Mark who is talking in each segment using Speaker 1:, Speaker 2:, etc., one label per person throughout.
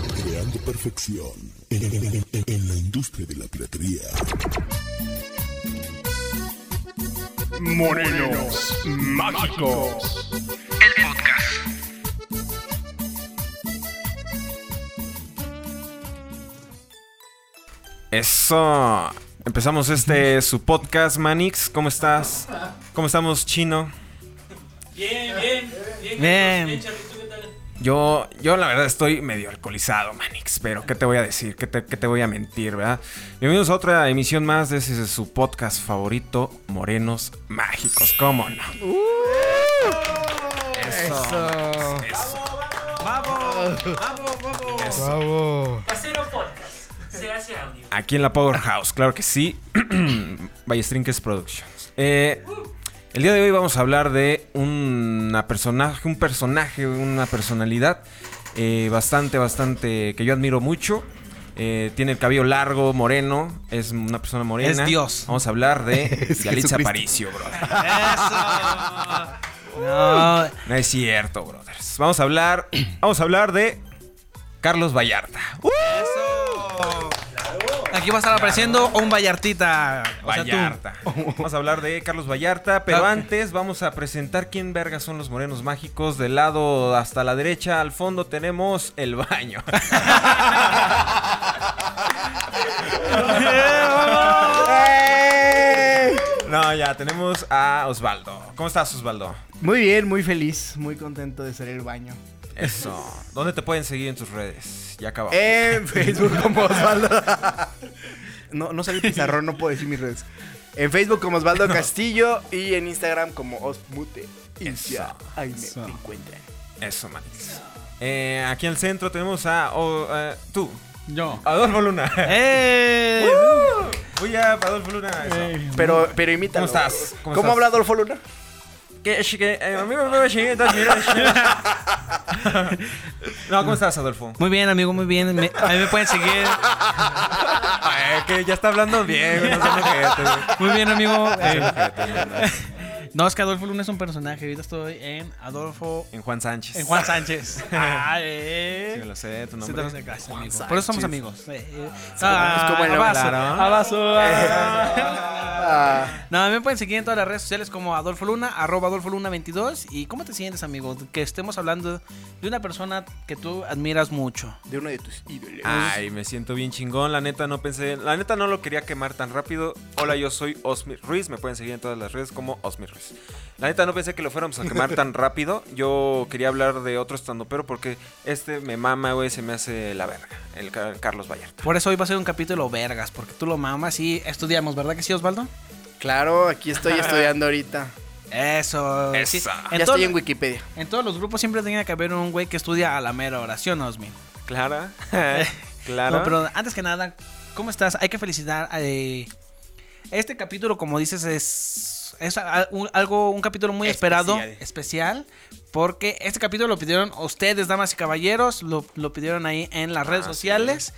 Speaker 1: buscando perfección en, en- en- en- en la industria de la piratería.
Speaker 2: Morenos Mágicos. El podcast.
Speaker 3: Eso. Empezamos este su podcast, Manix. ¿Cómo estás? ¿Cómo estamos, Chino?
Speaker 4: Bien, bien, bien.
Speaker 5: Bien.
Speaker 4: Carlos. Charlito, ¿qué tal?
Speaker 3: Yo, yo la verdad estoy medio alcoholizado, Manix, pero ¿qué te voy a decir? ¿Qué te, qué te voy a mentir, verdad? Bienvenidos a otra emisión más de ese, su podcast favorito, Morenos Mágicos. ¿Cómo no? Eso. Eso.
Speaker 5: Bravo.
Speaker 4: Casero Podcast. Se hace audio.
Speaker 3: Aquí en la Powerhouse, claro que sí. Ballestrinques Productions. Eh, el día de hoy vamos a hablar de una personaje, un personaje, una personalidad eh, bastante, bastante que yo admiro mucho. Eh, tiene el cabello largo, moreno, es una persona morena.
Speaker 5: Es Dios.
Speaker 3: Vamos a hablar de
Speaker 5: Es
Speaker 3: Yalitza
Speaker 5: Jesucristo.
Speaker 3: Aparicio, brother.
Speaker 5: Eso. No,
Speaker 3: No es cierto, brothers. Vamos a hablar, vamos a hablar de Carlos Vallarta. ¡Uh!
Speaker 5: eso. Aquí va a estar apareciendo un Vallartita. O sea, tú.
Speaker 3: Vallarta. Vamos a hablar de Carlos Vallarta, pero
Speaker 5: Ah, ok.
Speaker 3: antes vamos a presentar quién verga son los morenos mágicos. Del lado hasta la derecha, al fondo tenemos el baño. ¡Ey! ¡Eh! no, ya tenemos a Osvaldo. ¿Cómo estás, Osvaldo?
Speaker 6: Muy bien, muy feliz, muy contento de salir al baño.
Speaker 3: Eso. ¿Dónde te pueden seguir en tus redes? Ya acabamos.
Speaker 5: Eh.
Speaker 6: En Facebook como Osvaldo. No, no soy el pizarrón, no puedo decir mis redes. En Facebook como Osvaldo Castillo y en Instagram como Osmute. Y
Speaker 3: Eso,
Speaker 6: ya, ahí me
Speaker 5: eso.
Speaker 6: encuentran.
Speaker 3: Eso, Manix. Eh, aquí al centro tenemos a oh, eh, tú,
Speaker 5: Yo.
Speaker 3: Adolfo Luna.
Speaker 5: ¡Eh!
Speaker 3: Voy a Adolfo Luna. eso.
Speaker 6: Pero, pero imítalo.
Speaker 3: ¿Cómo estás?
Speaker 6: ¿Cómo,
Speaker 3: ¿Cómo estás?
Speaker 6: habla Adolfo Luna?
Speaker 3: Que- que- eh, a mí me- me- me- dos minutos. No, ¿cómo estás, Adolfo?
Speaker 5: Muy bien, amigo, muy bien. Me- a mí me pueden seguir.
Speaker 3: Ah, Ay, que ya está hablando bien, güey, no sean ojetes, güey.
Speaker 5: Muy bien, amigo. Eh, No, es que Adolfo Luna es un personaje. Ahorita estoy en Adolfo.
Speaker 3: En Juan Sánchez.
Speaker 5: En Juan Sánchez. Ah,
Speaker 3: Sí,
Speaker 5: eh.
Speaker 3: me lo sé, tu
Speaker 5: Sí, te
Speaker 3: nombre.
Speaker 5: lo sé, gracias, amigo. Por eso somos amigos. Eh, eh.
Speaker 6: es como el Eh.
Speaker 5: abrazo,
Speaker 3: novela, ¿no?
Speaker 5: abrazo.
Speaker 6: Ah,
Speaker 5: No, a mí me pueden seguir en todas las redes sociales como Adolfo Luna, arroba Adolfo Luna 22. ¿Y cómo te sientes, amigo? Que estemos hablando de una persona que tú admiras mucho.
Speaker 6: de uno de tus ídolos.
Speaker 3: Ay, me siento bien chingón. La neta no pensé, la neta no lo quería quemar tan rápido. Hola, yo soy Osmi Ruiz. Me pueden seguir en todas las redes como Osmi Ruiz. La neta no pensé que lo fuéramos a quemar tan rápido. Yo quería hablar de otro estando, pero porque este me mama, güey, se me hace la verga. El Car- Carlos Vallarta.
Speaker 5: Por eso hoy va a ser un capítulo vergas, porque tú lo mamas y estudiamos, ¿verdad que sí, Osvaldo?
Speaker 6: Claro, aquí estoy estudiando ahorita.
Speaker 5: Eso.
Speaker 3: Esa.
Speaker 5: sí.
Speaker 3: Ya
Speaker 6: Ya
Speaker 5: En, todo-
Speaker 6: estoy en Wikipedia.
Speaker 5: en todos los grupos siempre tenía que haber un güey que estudia a la mera oración, Osmi.
Speaker 3: Clara. Clara.
Speaker 5: No, pero antes que nada, ¿cómo estás? Hay que felicitar. eh, este capítulo, como dices, es, es a- un- algo, un capítulo muy esperado, especial, porque este capítulo lo pidieron ustedes, damas y caballeros, lo, lo pidieron ahí en las redes
Speaker 3: Ah, sí.
Speaker 5: sociales.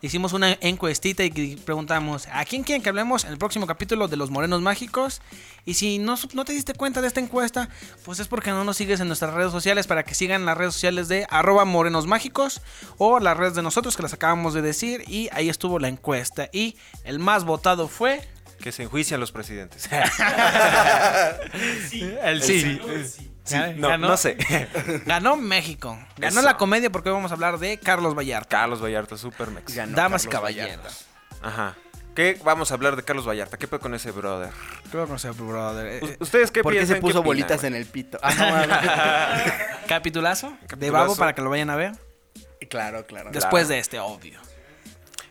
Speaker 5: Hicimos una encuestita y que- preguntamos ¿a quién quieren que hablemos en el próximo capítulo de Los Morenos Mágicos? Y si no, su- no te diste cuenta de esta encuesta, pues es porque no nos sigues en nuestras redes sociales para que sigan las redes sociales de arroba morenos mágicos o las redes de nosotros que las acabamos de decir y ahí estuvo la encuesta y el más votado fue
Speaker 3: Que se enjuician los presidentes.
Speaker 4: Sí.
Speaker 5: el sí.
Speaker 4: No, sí.
Speaker 3: no,
Speaker 5: ganó,
Speaker 3: no sé.
Speaker 5: ganó México. Ganó
Speaker 3: Eso.
Speaker 5: la comedia porque hoy vamos a hablar de Carlos Vallarta.
Speaker 3: Carlos Vallarta, super mex.
Speaker 6: Ganó
Speaker 5: Damas y
Speaker 6: Carlos
Speaker 5: caballeros.
Speaker 6: Vallarta.
Speaker 3: Ajá. ¿Qué vamos a hablar de Carlos Vallarta? ¿Qué pedo con ese brother?
Speaker 5: Creo que no sé, brother. Eh,
Speaker 3: U- ¿Ustedes qué
Speaker 6: ¿Por qué
Speaker 3: piensan?
Speaker 6: se puso bolitas en el pito? Ah, no, mames.
Speaker 5: eh, Capitulazo, de
Speaker 3: Capitulazo.
Speaker 5: Babo para que lo vayan a ver.
Speaker 6: claro, claro.
Speaker 5: Después de este, obvio.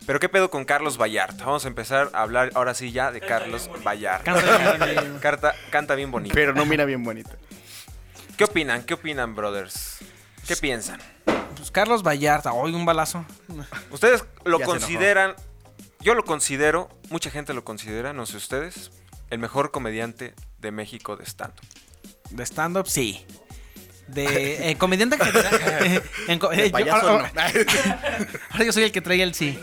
Speaker 3: Pero ¿qué pedo con Carlos Vallarta? Vamos a empezar a hablar ahora sí ya de Carlos Vallarta.
Speaker 5: Canta bien bonito.
Speaker 3: Carta- canta bien bonito.
Speaker 6: Pero no mira bien bonito.
Speaker 5: Eh,
Speaker 3: ¿Qué opinan? ¿Qué opinan, brothers? ¿Qué piensan?
Speaker 5: Pues Carlos Vallarta, hoy un balazo.
Speaker 3: ¿Ustedes lo
Speaker 6: Ya se
Speaker 3: consideran? Yo lo considero, mucha gente lo considera, no sé ustedes, el mejor comediante de México de stand
Speaker 5: De stand-up, sí. De eh, comediante en general. en co- eh, yo-
Speaker 6: Payaso
Speaker 5: ahora,
Speaker 6: no.
Speaker 5: ahora yo soy el que trae el sí.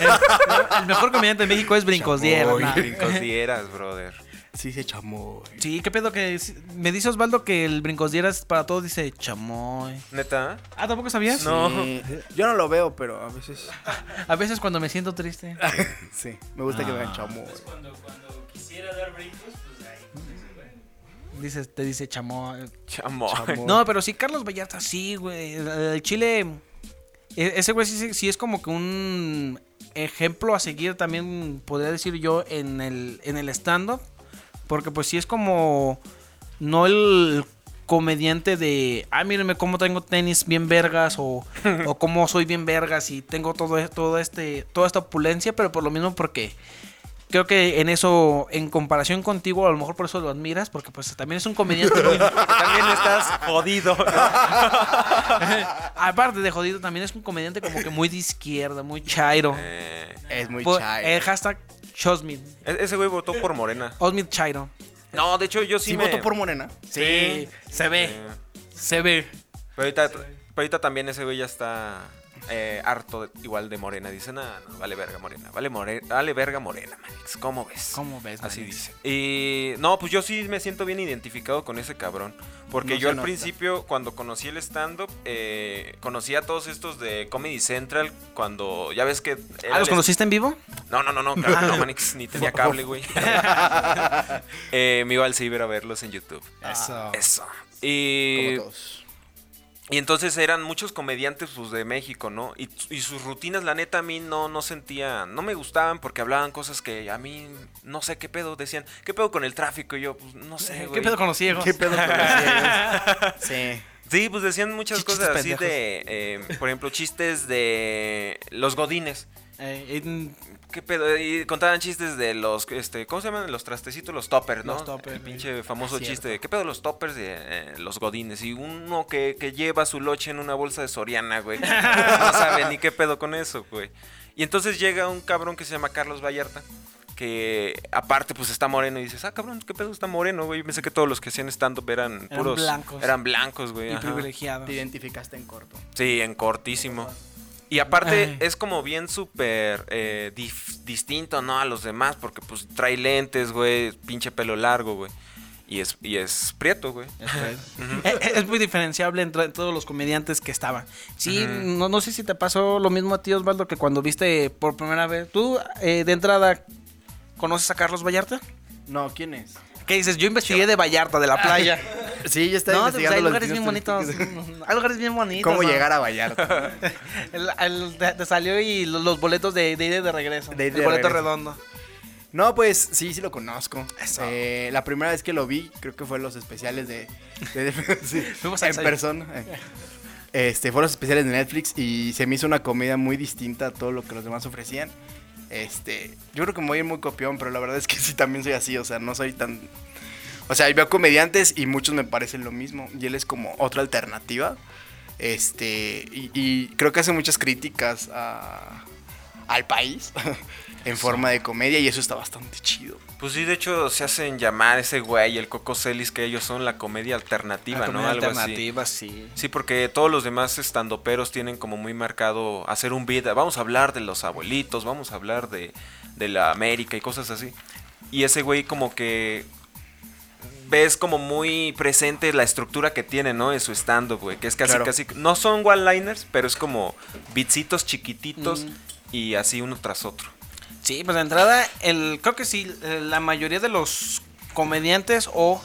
Speaker 5: El, el mejor comediante de México es Brincos Dierna.
Speaker 3: Brincos dieras, brother.
Speaker 6: Sí, se chamó. güey.
Speaker 5: Sí, qué pedo que. es- Me dice Osvaldo que el brincos dieras para todos dice chamoy.
Speaker 3: ¿Neta?
Speaker 5: Ah, ¿tampoco sabías?
Speaker 3: No.
Speaker 6: Sí. Yo no lo veo, pero a veces.
Speaker 5: A veces cuando me siento triste.
Speaker 6: Sí, me gusta que me hagan chamó. güey.
Speaker 7: Entonces, cuando, cuando quisiera dar brincos, pues ahí.
Speaker 5: Dices, te dice chamoy.
Speaker 3: Chamo.
Speaker 6: Chamó.
Speaker 5: No, pero sí, Carlos Vallarta, sí, güey. El Chile. e- Ese güey sí, sí es como que un ejemplo a seguir también, podría decir yo, en el, en el stand-up. Porque pues sí es como. No el comediante de. Ah, mírenme cómo tengo tenis bien vergas. O, o cómo soy bien vergas. Y tengo todo, e- todo este, toda esta opulencia. Pero por lo mismo porque. Creo que en eso, en comparación contigo, a lo mejor por eso lo admiras, porque pues también es un comediante muy,
Speaker 3: También estás jodido.
Speaker 5: Aparte de jodido, también es un comediante como que muy de izquierda, muy chairo.
Speaker 3: Eh,
Speaker 6: Es muy
Speaker 5: Po-
Speaker 6: chai.
Speaker 5: el hashtag Chosmit.
Speaker 3: e- ese güey votó por Morena.
Speaker 5: Osmit Chairo.
Speaker 3: No, de hecho yo sí,
Speaker 6: Sí,
Speaker 3: me...
Speaker 6: voto por Morena.
Speaker 5: Sí, se ve.
Speaker 3: Eh,
Speaker 5: Se ve.
Speaker 3: Pero ahorita, pero ahorita también ese güey ya está eh, harto de- igual de Morena. Dice, nada, no, vale verga Morena. Vale, more- vale verga Morena, Manix. ¿Cómo ves?
Speaker 5: ¿Cómo ves,
Speaker 3: Así
Speaker 5: Manix?
Speaker 3: dice. Y no, pues yo sí me siento bien identificado con ese cabrón.
Speaker 6: No
Speaker 3: Porque yo
Speaker 6: se
Speaker 3: al
Speaker 6: nota.
Speaker 3: principio, cuando conocí el stand-up, eh, conocí a todos estos de Comedy Central. Cuando ya ves que. era
Speaker 5: ¿Ah, los
Speaker 3: el
Speaker 5: conociste en vivo?
Speaker 3: no, no, no, no, cabrón, no, Manix, ni tenía cable, güey. Eh, me iba al ciber a verlos en YouTube.
Speaker 6: Eso.
Speaker 3: Eso. Y,
Speaker 6: Como todos.
Speaker 3: y entonces eran muchos comediantes pues, de México, ¿no? Y, y sus rutinas, la neta, a mí no, no sentía, no me gustaban porque hablaban cosas que a mí no sé qué pedo. Decían, ¿qué pedo con el tráfico? Y yo, pues no sé, güey.
Speaker 5: Eh, ¿Qué pedo con los ciegos?
Speaker 6: ¿Qué pedo con los ciegos? Sí.
Speaker 3: Sí, pues decían muchas
Speaker 5: Chistes
Speaker 3: cosas así
Speaker 5: pendejos.
Speaker 3: de, eh, por ejemplo, chistes de los godines.
Speaker 5: Eh, en-
Speaker 3: ¿Qué pedo? Y contaban chistes de los, este, ¿cómo se llaman? Los trastecitos, los toppers, ¿no?
Speaker 5: Los toppers,
Speaker 3: El
Speaker 5: güey.
Speaker 3: pinche famoso
Speaker 5: Es cierto.
Speaker 3: chiste de, ¿qué pedo los toppers de eh, los godines? Y uno que, que lleva su loche en una bolsa de Soriana, güey. no sabe ni qué pedo con eso, güey. Y entonces llega un cabrón que se llama Carlos Vallarta. Que aparte, pues está moreno. Y dices, ah, cabrón, ¿qué pedo está moreno, güey? Yo Pensé que todos los que hacían stand-up eran,
Speaker 5: Eran
Speaker 3: puros.
Speaker 5: blancos.
Speaker 3: Eran blancos, güey.
Speaker 5: y
Speaker 3: ajá.
Speaker 5: privilegiados.
Speaker 6: Te identificaste en corto.
Speaker 3: Sí, en cortísimo. Y aparte
Speaker 5: Ay.
Speaker 3: es como bien súper eh, dif- distinto, ¿no? A los demás, porque pues trae lentes, güey, pinche pelo largo, güey. Y es, y es prieto, güey.
Speaker 5: Eh, eh, Es muy diferenciable entre todos los comediantes que estaban. Sí,
Speaker 3: Ujú.
Speaker 5: no, no sé si te pasó lo mismo a ti, Osvaldo, que cuando viste por primera vez. ¿Tú, eh, de entrada, conoces a Carlos Vallarta?
Speaker 6: No, ¿quién es?
Speaker 5: ¿Qué dices? Yo investigué de Vallarta, de la
Speaker 6: Ah,
Speaker 5: playa.
Speaker 6: Sí, yo estaba
Speaker 5: No, pues, hay
Speaker 6: investigando los
Speaker 5: lugares bien
Speaker 6: destinos
Speaker 5: bonitos.
Speaker 6: turísticos.
Speaker 5: Hay lugares bien bonitos.
Speaker 6: ¿Cómo
Speaker 5: ¿no?
Speaker 6: llegar a Vallarta?
Speaker 5: El- el- te, te salió y lo- los, boletos de, de ida y de regreso.
Speaker 6: De ida y
Speaker 5: el
Speaker 6: de
Speaker 5: boleto
Speaker 6: regreso.
Speaker 5: redondo.
Speaker 6: No, pues sí, sí lo conozco.
Speaker 5: Eso.
Speaker 6: Eh, la primera vez que lo vi, creo que fue los especiales de. de- de- sí,
Speaker 5: Fuimos a
Speaker 6: en
Speaker 5: ensayo.
Speaker 6: persona. eh. Este, fueron los especiales de Netflix y se me hizo una comida muy distinta a todo lo que los demás ofrecían. Este, yo creo que me voy a ir muy copión, pero la verdad es que sí también soy así, o sea, no soy tan. O sea, veo comediantes y muchos me parecen lo mismo. Y él es como otra alternativa. Este, y, y creo que hace muchas críticas a- al país en forma de comedia y eso está bastante chido.
Speaker 3: Pues sí, de hecho se hacen llamar ese güey, el Coco Celis, que ellos son la comedia alternativa,
Speaker 5: La
Speaker 3: ¿no?
Speaker 5: comida
Speaker 3: Algo así.
Speaker 5: alternativa, sí.
Speaker 3: Sí, porque todos los demás estandoperos tienen como muy marcado hacer un beat. Vamos a hablar de los abuelitos, vamos a hablar de, de la América y cosas así. Y ese güey como que ves como muy presente la estructura que tiene, ¿no? En su stand-up, güey. Que es casi,
Speaker 6: Claro.
Speaker 3: casi... No son one-liners, pero es como bitsitos chiquititos y así uno tras otro.
Speaker 5: Sí, pues de entrada, el, creo que sí, eh, la mayoría de los comediantes o.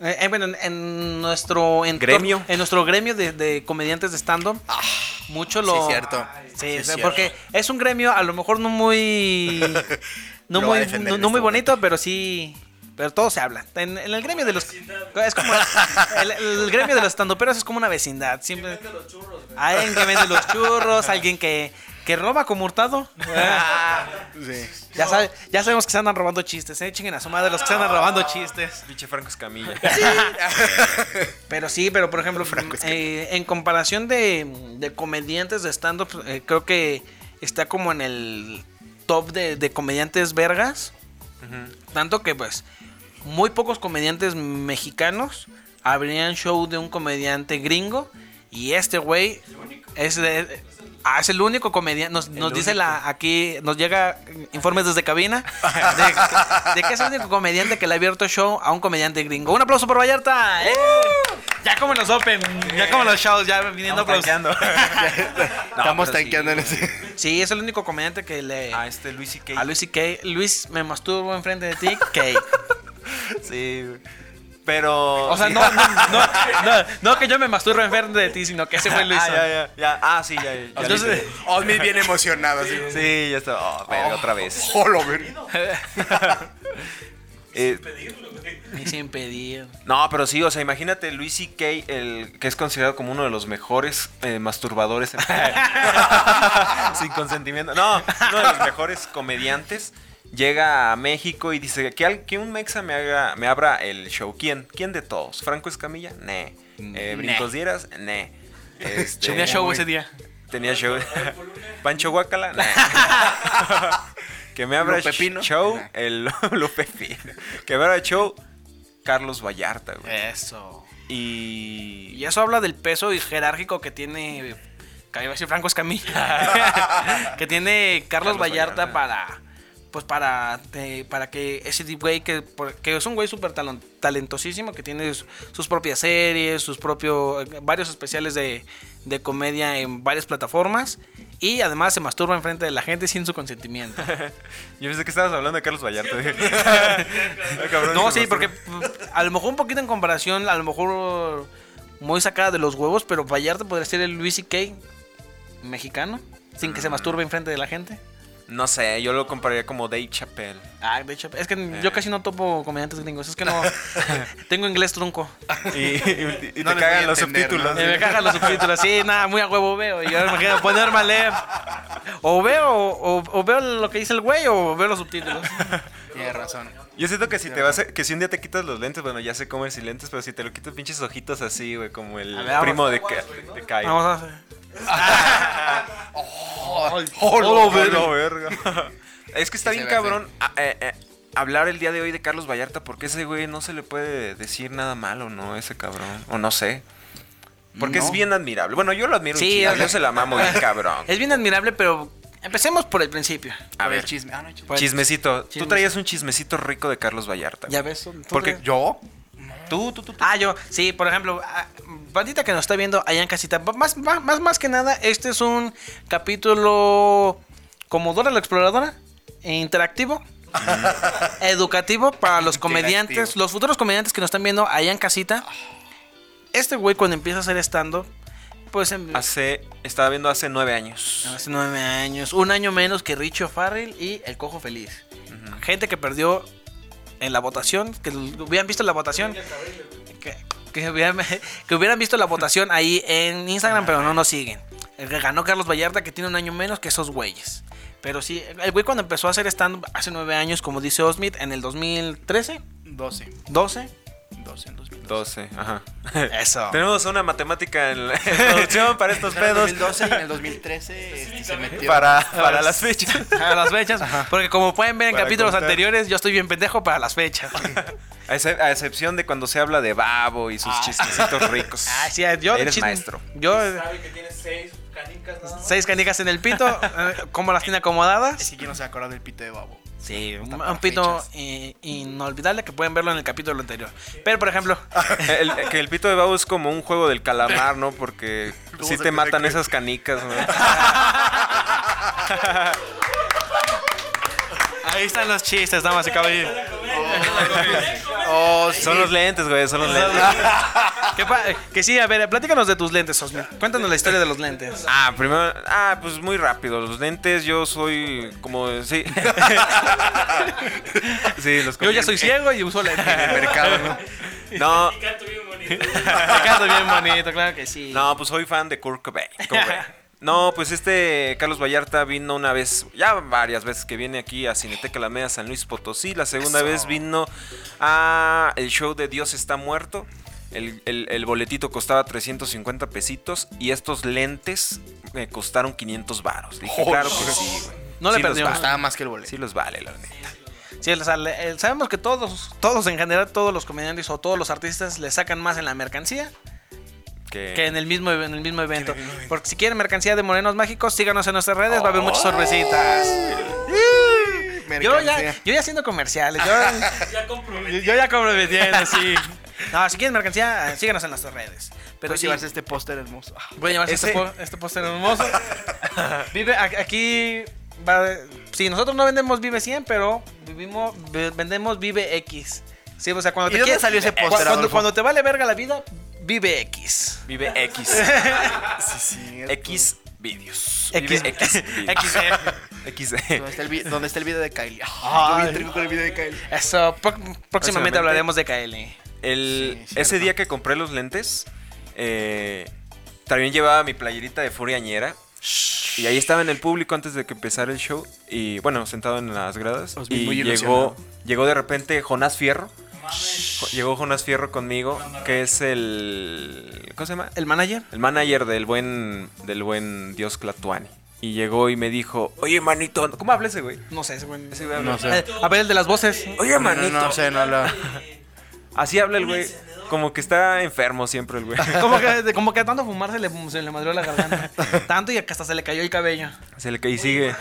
Speaker 5: eh, eh, bueno, en, en nuestro entor-
Speaker 3: Gremio.
Speaker 5: En nuestro gremio de, de comediantes de stand-up. mucho
Speaker 6: Ah, sí,
Speaker 5: lo.
Speaker 6: cierto.
Speaker 5: Sí,
Speaker 6: Sí,
Speaker 5: o sea,
Speaker 6: cierto.
Speaker 5: porque es un gremio a lo mejor no muy. No
Speaker 6: Lo va a
Speaker 5: muy,
Speaker 6: defender
Speaker 5: no,
Speaker 6: en
Speaker 5: no
Speaker 6: este
Speaker 5: muy bonito, pero sí. Pero todo se habla. En, en el gremio de los. Es como. El, el gremio de los estandoperos es como una vecindad. Siempre.
Speaker 7: Los churros, güey.
Speaker 5: Alguien que vende los churros, alguien que, que roba como hurtado. Ah,
Speaker 6: Sí.
Speaker 5: Ya, sabe- ya sabemos que se andan robando chistes, ¿eh? Chinguen a su madre los que se andan robando chistes.
Speaker 3: Pinche Franco Escamilla.
Speaker 5: Pero sí, pero por ejemplo,
Speaker 6: Franco, es
Speaker 5: eh, en comparación de, de comediantes de stand-up, eh, creo que está como en el top de, de comediantes vergas.
Speaker 3: Ujú.
Speaker 5: Tanto que pues muy pocos comediantes mexicanos abrían show de un comediante gringo. Y este güey es de... Ah, es el único comediante. Nos, nos dice la aquí, nos llega informes desde cabina de, de que es el único comediante que le ha abierto show a un comediante gringo. Un aplauso por Vallarta. ¡Eh! Ya como en los Open, ya como en los shows, ya viniendo aplausos.
Speaker 6: Estamos
Speaker 3: pero sí.
Speaker 6: tanqueando en ese.
Speaker 5: Sí, es el único comediante que le.
Speaker 3: A este Luis y Kate.
Speaker 5: A Luis y Ah, Kay. Luis, me masturbo enfrente de ti, Kay.
Speaker 3: Sí, güey. Pero.
Speaker 5: O sea,
Speaker 3: sí.
Speaker 5: no, no, no, no, no que yo me masturbe enfrente de ti, sino que ese fue Luis.
Speaker 3: Ah, ya, ya, ya. Ah, sí, ya. ya, ya
Speaker 5: Entonces-
Speaker 3: viste.
Speaker 6: Osmi bien emocionado. Así.
Speaker 3: Sí, ya está. Oh, verga, otra vez.
Speaker 6: Oh, lo ver-
Speaker 3: Eh,
Speaker 5: Y sin pedir.
Speaker 3: no, pero sí, o sea, imagínate Luis y Kay, el que es considerado como uno de los mejores eh, masturbadores. en- Sin consentimiento. No, uno de los mejores comediantes. Llega a México y dice que, al- que un mexa me haga, me abra el show. ¿Quién? ¿Quién de todos? ¿Franco Escamilla? Ne. Eh, ¿Brincos Dieras? Ne. Este-
Speaker 5: Tenía show ese día.
Speaker 3: Tenía show. Pancho Guacala. nah. que me abra
Speaker 6: Lo Pepino.
Speaker 3: show.
Speaker 6: Nah.
Speaker 3: El Lo Pepino. Que me abra show. Carlos Vallarta,
Speaker 6: Eh.
Speaker 3: güey.
Speaker 5: Eso.
Speaker 3: Y.
Speaker 5: Y eso habla del peso jerárquico que tiene. Que iba a decir Franco Escamilla. que tiene Carlos,
Speaker 3: Carlos
Speaker 5: Vallarta,
Speaker 3: Vallarta.
Speaker 5: para. Pues para, te- para que ese tipo güey que, por- que es un güey súper talon- talentosísimo, que tiene sus, sus propias series, sus propios, varios especiales de, de comedia en varias plataformas y además se masturba enfrente de la gente sin su consentimiento.
Speaker 3: Yo pensé que estabas hablando de Carlos Vallarta. Ay, cabrón,
Speaker 5: No,
Speaker 3: se
Speaker 5: sí,
Speaker 3: me
Speaker 5: porque p- a lo mejor un poquito en comparación, a lo mejor muy sacada de los huevos, pero Vallarta podría ser el Luis C.K. mexicano, sin que se masturbe enfrente de la gente.
Speaker 3: ocurre. No sé, yo lo compararía como Dave Chappelle.
Speaker 5: Ah, de hecho, es que yo casi no topo comediantes gringos, es que no. tengo inglés trunco.
Speaker 3: Y, y- y
Speaker 6: No les voy
Speaker 3: te cagan
Speaker 6: a
Speaker 3: los
Speaker 6: entender,
Speaker 3: subtítulos.
Speaker 6: ¿no?
Speaker 5: Eh, me cagan los subtítulos, sí, nada, muy a huevo veo. Y yo me quedo ponerme a leer. O veo, o, o veo lo que dice el güey, o veo los subtítulos.
Speaker 6: Tienes razón.
Speaker 3: Yo siento que si te vas a- que si un día te quitas los lentes, bueno, ya sé cómo sin lentes, pero si te lo quitas pinches ojitos así, güey, como el
Speaker 5: A ver, vamos.
Speaker 3: primo de, Ca- de Kai.
Speaker 5: Vamos a hacer.
Speaker 3: Hola, verga. Es que está
Speaker 6: Sí, se
Speaker 3: bien
Speaker 6: ve
Speaker 3: cabrón a- eh, eh, hablar el día de hoy de Carlos Vallarta porque ese güey no se le puede decir nada malo, ¿no? Ese cabrón. O no sé. Porque es
Speaker 6: No.
Speaker 3: bien admirable. Bueno, yo lo admiro
Speaker 5: Sí,
Speaker 3: un chingo,
Speaker 5: o sea-
Speaker 3: Yo se la mamo bien cabrón.
Speaker 5: Es bien admirable, pero empecemos por el principio.
Speaker 3: A
Speaker 6: Por
Speaker 3: ver,
Speaker 6: el chisme. Ah, no, chisme.
Speaker 5: Por el-
Speaker 3: chismecito. Tú
Speaker 5: chismecito.
Speaker 3: traías un chismecito rico de Carlos Vallarta.
Speaker 5: Ya ves, son-
Speaker 3: Porque
Speaker 5: son-
Speaker 6: ¿Yo?
Speaker 3: Tú, tú, tú, tú.
Speaker 5: Ah, yo, sí, por ejemplo, ah, bandita que nos está viendo allá en casita, va- más, va- más, más que nada, este es un capítulo como Dora la Exploradora, e interactivo, educativo para los comediantes,
Speaker 6: Interactivo.
Speaker 5: los futuros comediantes que nos están viendo allá en casita. Este güey cuando empieza a hacer stand-up, pues em-
Speaker 3: Hace, estaba viendo hace nueve años.
Speaker 5: hace nueve años, un año menos que Richo Farrell y El Cojo Feliz. Gente que perdió en la votación, que lo- hubieran visto la votación. Que, que hubieran, que hubieran visto la votación ahí en Instagram, pero no nos siguen. El que ganó Carlos Vallarta, que tiene un año menos que esos güeyes. Pero sí, el güey cuando empezó a hacer stand hace nueve años, como dice Osmith, en el 2013,
Speaker 6: 12.
Speaker 5: 12.
Speaker 6: 12 en 2012.
Speaker 3: 12, ajá.
Speaker 5: Eso.
Speaker 3: Tenemos una matemática en la en producción para estos
Speaker 6: En el
Speaker 3: pedos.
Speaker 6: 2012 y en el 2013 este, se metió.
Speaker 3: Para, para las fechas.
Speaker 5: Para las fechas, porque como pueden ver en
Speaker 3: Para
Speaker 5: capítulos
Speaker 3: contar.
Speaker 5: anteriores, yo estoy bien pendejo para las fechas.
Speaker 3: A, excep- a excepción de cuando se habla de Babo y sus chistecitos ricos.
Speaker 5: Ah, sí, yo
Speaker 3: Eres
Speaker 5: chisme-
Speaker 3: maestro.
Speaker 5: Yo
Speaker 4: Pues
Speaker 5: eh,
Speaker 4: Sabe que tiene seis canicas nada más.
Speaker 5: seis canicas en el pito, eh, ¿cómo las tiene acomodadas?
Speaker 6: Es que quién no se acuerda del pito de babo.
Speaker 5: Sí, un,
Speaker 6: para
Speaker 5: un pito
Speaker 6: fechas.
Speaker 5: eh, inolvidable que pueden verlo en el capítulo anterior. Pero por ejemplo,
Speaker 3: El- que el pito de Babo es como un juego del calamar, ¿no? Porque
Speaker 6: ¿Cómo
Speaker 3: si
Speaker 6: se
Speaker 3: te
Speaker 6: te
Speaker 3: matan
Speaker 6: ve que-
Speaker 3: esas canicas, ¿no?
Speaker 5: ahí están los chistes, damas y caballeros.
Speaker 6: Oh, sí.
Speaker 3: Son los lentes, güey, son los lentes.
Speaker 5: Que, pa- que sí, a ver, platícanos de tus lentes, Osmi. Cuéntanos la historia de los lentes.
Speaker 3: Ah, primero, ah, pues muy rápido. Los lentes, yo soy como, sí. sí, los
Speaker 5: Yo ya
Speaker 3: compré.
Speaker 5: soy ciego y uso lentes.
Speaker 6: En el mercado, ¿no?
Speaker 3: No,
Speaker 4: Y canto bien bonito.
Speaker 5: Me canto bien bonito, claro que sí.
Speaker 3: No, pues soy fan de Kurt Cobain. Cobain. No, pues este Carlos Vallarta vino una vez, ya varias veces que viene aquí a Cineteca La Media San Luis Potosí. La segunda vez vino a el show de Dios está muerto. El, el- el boletito costaba 350 pesitos y estos lentes me costaron 500 varos. Dije, claro que sí, güey.
Speaker 5: Oh, No le
Speaker 3: Sí los
Speaker 5: perdimos.
Speaker 3: vale.
Speaker 6: Estaba más que el boleto.
Speaker 3: Ah. Sí los vale, la neta.
Speaker 5: Sí, o sea, le- eh, sabemos que todos, todos en general, todos los comediantes o todos los artistas le sacan más en la mercancía
Speaker 3: que...
Speaker 5: Que en el mismo, en el mismo evento. Porque si quieren mercancía de morenos mágicos, síganos en nuestras redes, va a haber muchas sorpresitas. Yo ya, yo ya haciendo comerciales, yo,
Speaker 4: Ya comprometí.
Speaker 5: yo- yo ya comprometiendo, sí. No, si quieren mercancía, síganos en nuestras redes. Pero
Speaker 6: Pero
Speaker 5: sí,
Speaker 6: llevas este póster hermoso. Ah,
Speaker 5: voy a llevarse
Speaker 3: Ese-
Speaker 5: este, po- este póster hermoso. Vive, a- aquí va, si nosotros no vendemos Vive 100, pero vivimos, ve- vendemos Vive X. Sí, o sea, cuando
Speaker 6: ¿Y
Speaker 5: te
Speaker 6: dónde
Speaker 5: quieres-
Speaker 6: salió ese
Speaker 5: cu-
Speaker 6: póster,
Speaker 5: Cuando,
Speaker 6: Adolfo?
Speaker 5: cuando te vale verga la vida, Vive X.
Speaker 3: Vive X.
Speaker 6: sí, sí.
Speaker 3: X videos. Vive
Speaker 5: X.
Speaker 3: X.
Speaker 5: X.
Speaker 3: X.
Speaker 6: ¿Dónde está el, vi- dónde está el video de Kylie? Ah, yo
Speaker 5: Ay.
Speaker 6: bien trigo con el video de Kylie.
Speaker 5: Eso, pro- próximamente
Speaker 3: Próximamente.
Speaker 5: hablaremos de Kylie.
Speaker 3: El,
Speaker 6: Sí,
Speaker 3: ese
Speaker 6: cierto.
Speaker 3: día que compré los lentes, eh, también llevaba mi playerita de furiañera. Y ahí estaba en el público antes de que empezara el show. Y bueno, sentado en las gradas.
Speaker 6: Os vi
Speaker 3: Y
Speaker 6: muy
Speaker 3: llegó,
Speaker 6: ilusionado.
Speaker 3: llegó de repente Jonás Fierro. Jo- Llegó Jonás Fierro conmigo, que es el. ¿Cómo se llama?
Speaker 5: ¿El manager?
Speaker 3: El manager del buen, del buen Dios Clatuani. Y llegó y me dijo: Oye, manito. ¿Cómo habla ese güey?
Speaker 5: No sé, ese güey.
Speaker 3: Ese güey habla-
Speaker 6: No sé.
Speaker 5: Eh, a ver, el de las voces.
Speaker 3: Oye,
Speaker 6: No,
Speaker 3: manito.
Speaker 6: no, no sé, no lo.
Speaker 3: Así habla el güey. Como que está enfermo siempre el güey.
Speaker 5: Como que, de- como que tanto fumar se le, se le madrió la garganta. Tanto y que hasta se le cayó el cabello.
Speaker 3: Se le cae y sigue.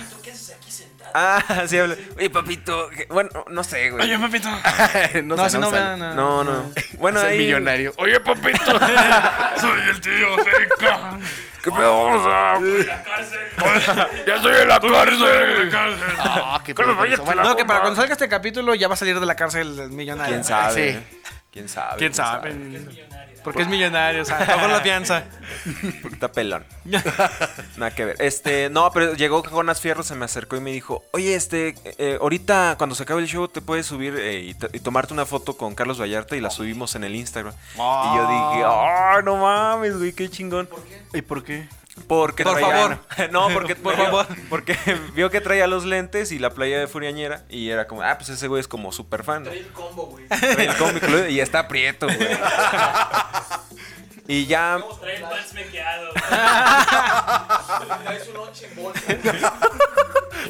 Speaker 3: Ah, sí habla. Oye, papito. que- Bueno, no sé, güey.
Speaker 5: Oye, papito.
Speaker 6: no,
Speaker 5: No,
Speaker 6: sé,
Speaker 5: si
Speaker 6: no
Speaker 5: no,
Speaker 6: sale.
Speaker 5: vean, no,
Speaker 3: No, no. Bueno,
Speaker 6: Es el
Speaker 3: ahí.
Speaker 6: millonario. Oye, papito.
Speaker 2: Soy el tío Seca.
Speaker 3: ¿Qué pedo? Vamos a-
Speaker 4: La cárcel.
Speaker 2: ya estoy en la cárcel. Ah.
Speaker 6: Ah, qué
Speaker 2: Que nos vaya
Speaker 6: peligroso.
Speaker 2: a
Speaker 6: Bueno,
Speaker 5: No, que para cuando salga este capítulo ya va a salir de la cárcel el millonario.
Speaker 3: ¿Quién sabe?
Speaker 6: Sí.
Speaker 3: ¿Quién sabe?
Speaker 5: ¿Quién sabe? Porque es millonario, o sea, pagó la fianza.
Speaker 3: Está pelón. Nada que ver. Este, no, pero llegó Jonas Fierro, se me acercó y me dijo, oye, este, eh, ahorita cuando se acabe el show te puedes subir eh, y, t- y tomarte una foto con Carlos Vallarta y la subimos en el Instagram. Y yo dije, ah, no mames, güey, qué chingón.
Speaker 6: ¿Y por qué?
Speaker 3: Porque
Speaker 5: Por
Speaker 3: traía-
Speaker 5: favor.
Speaker 3: No, porque
Speaker 5: Por
Speaker 3: porque-
Speaker 5: favor.
Speaker 3: Porque vio que traía los lentes y la playa de Furiañera y era como, ah, pues ese güey es como super fan. Trae el combo, güey. Trae el combo incluido y está prieto, güey. Y ya
Speaker 4: Trae el pants mequeado. Trae su noche en bolsa.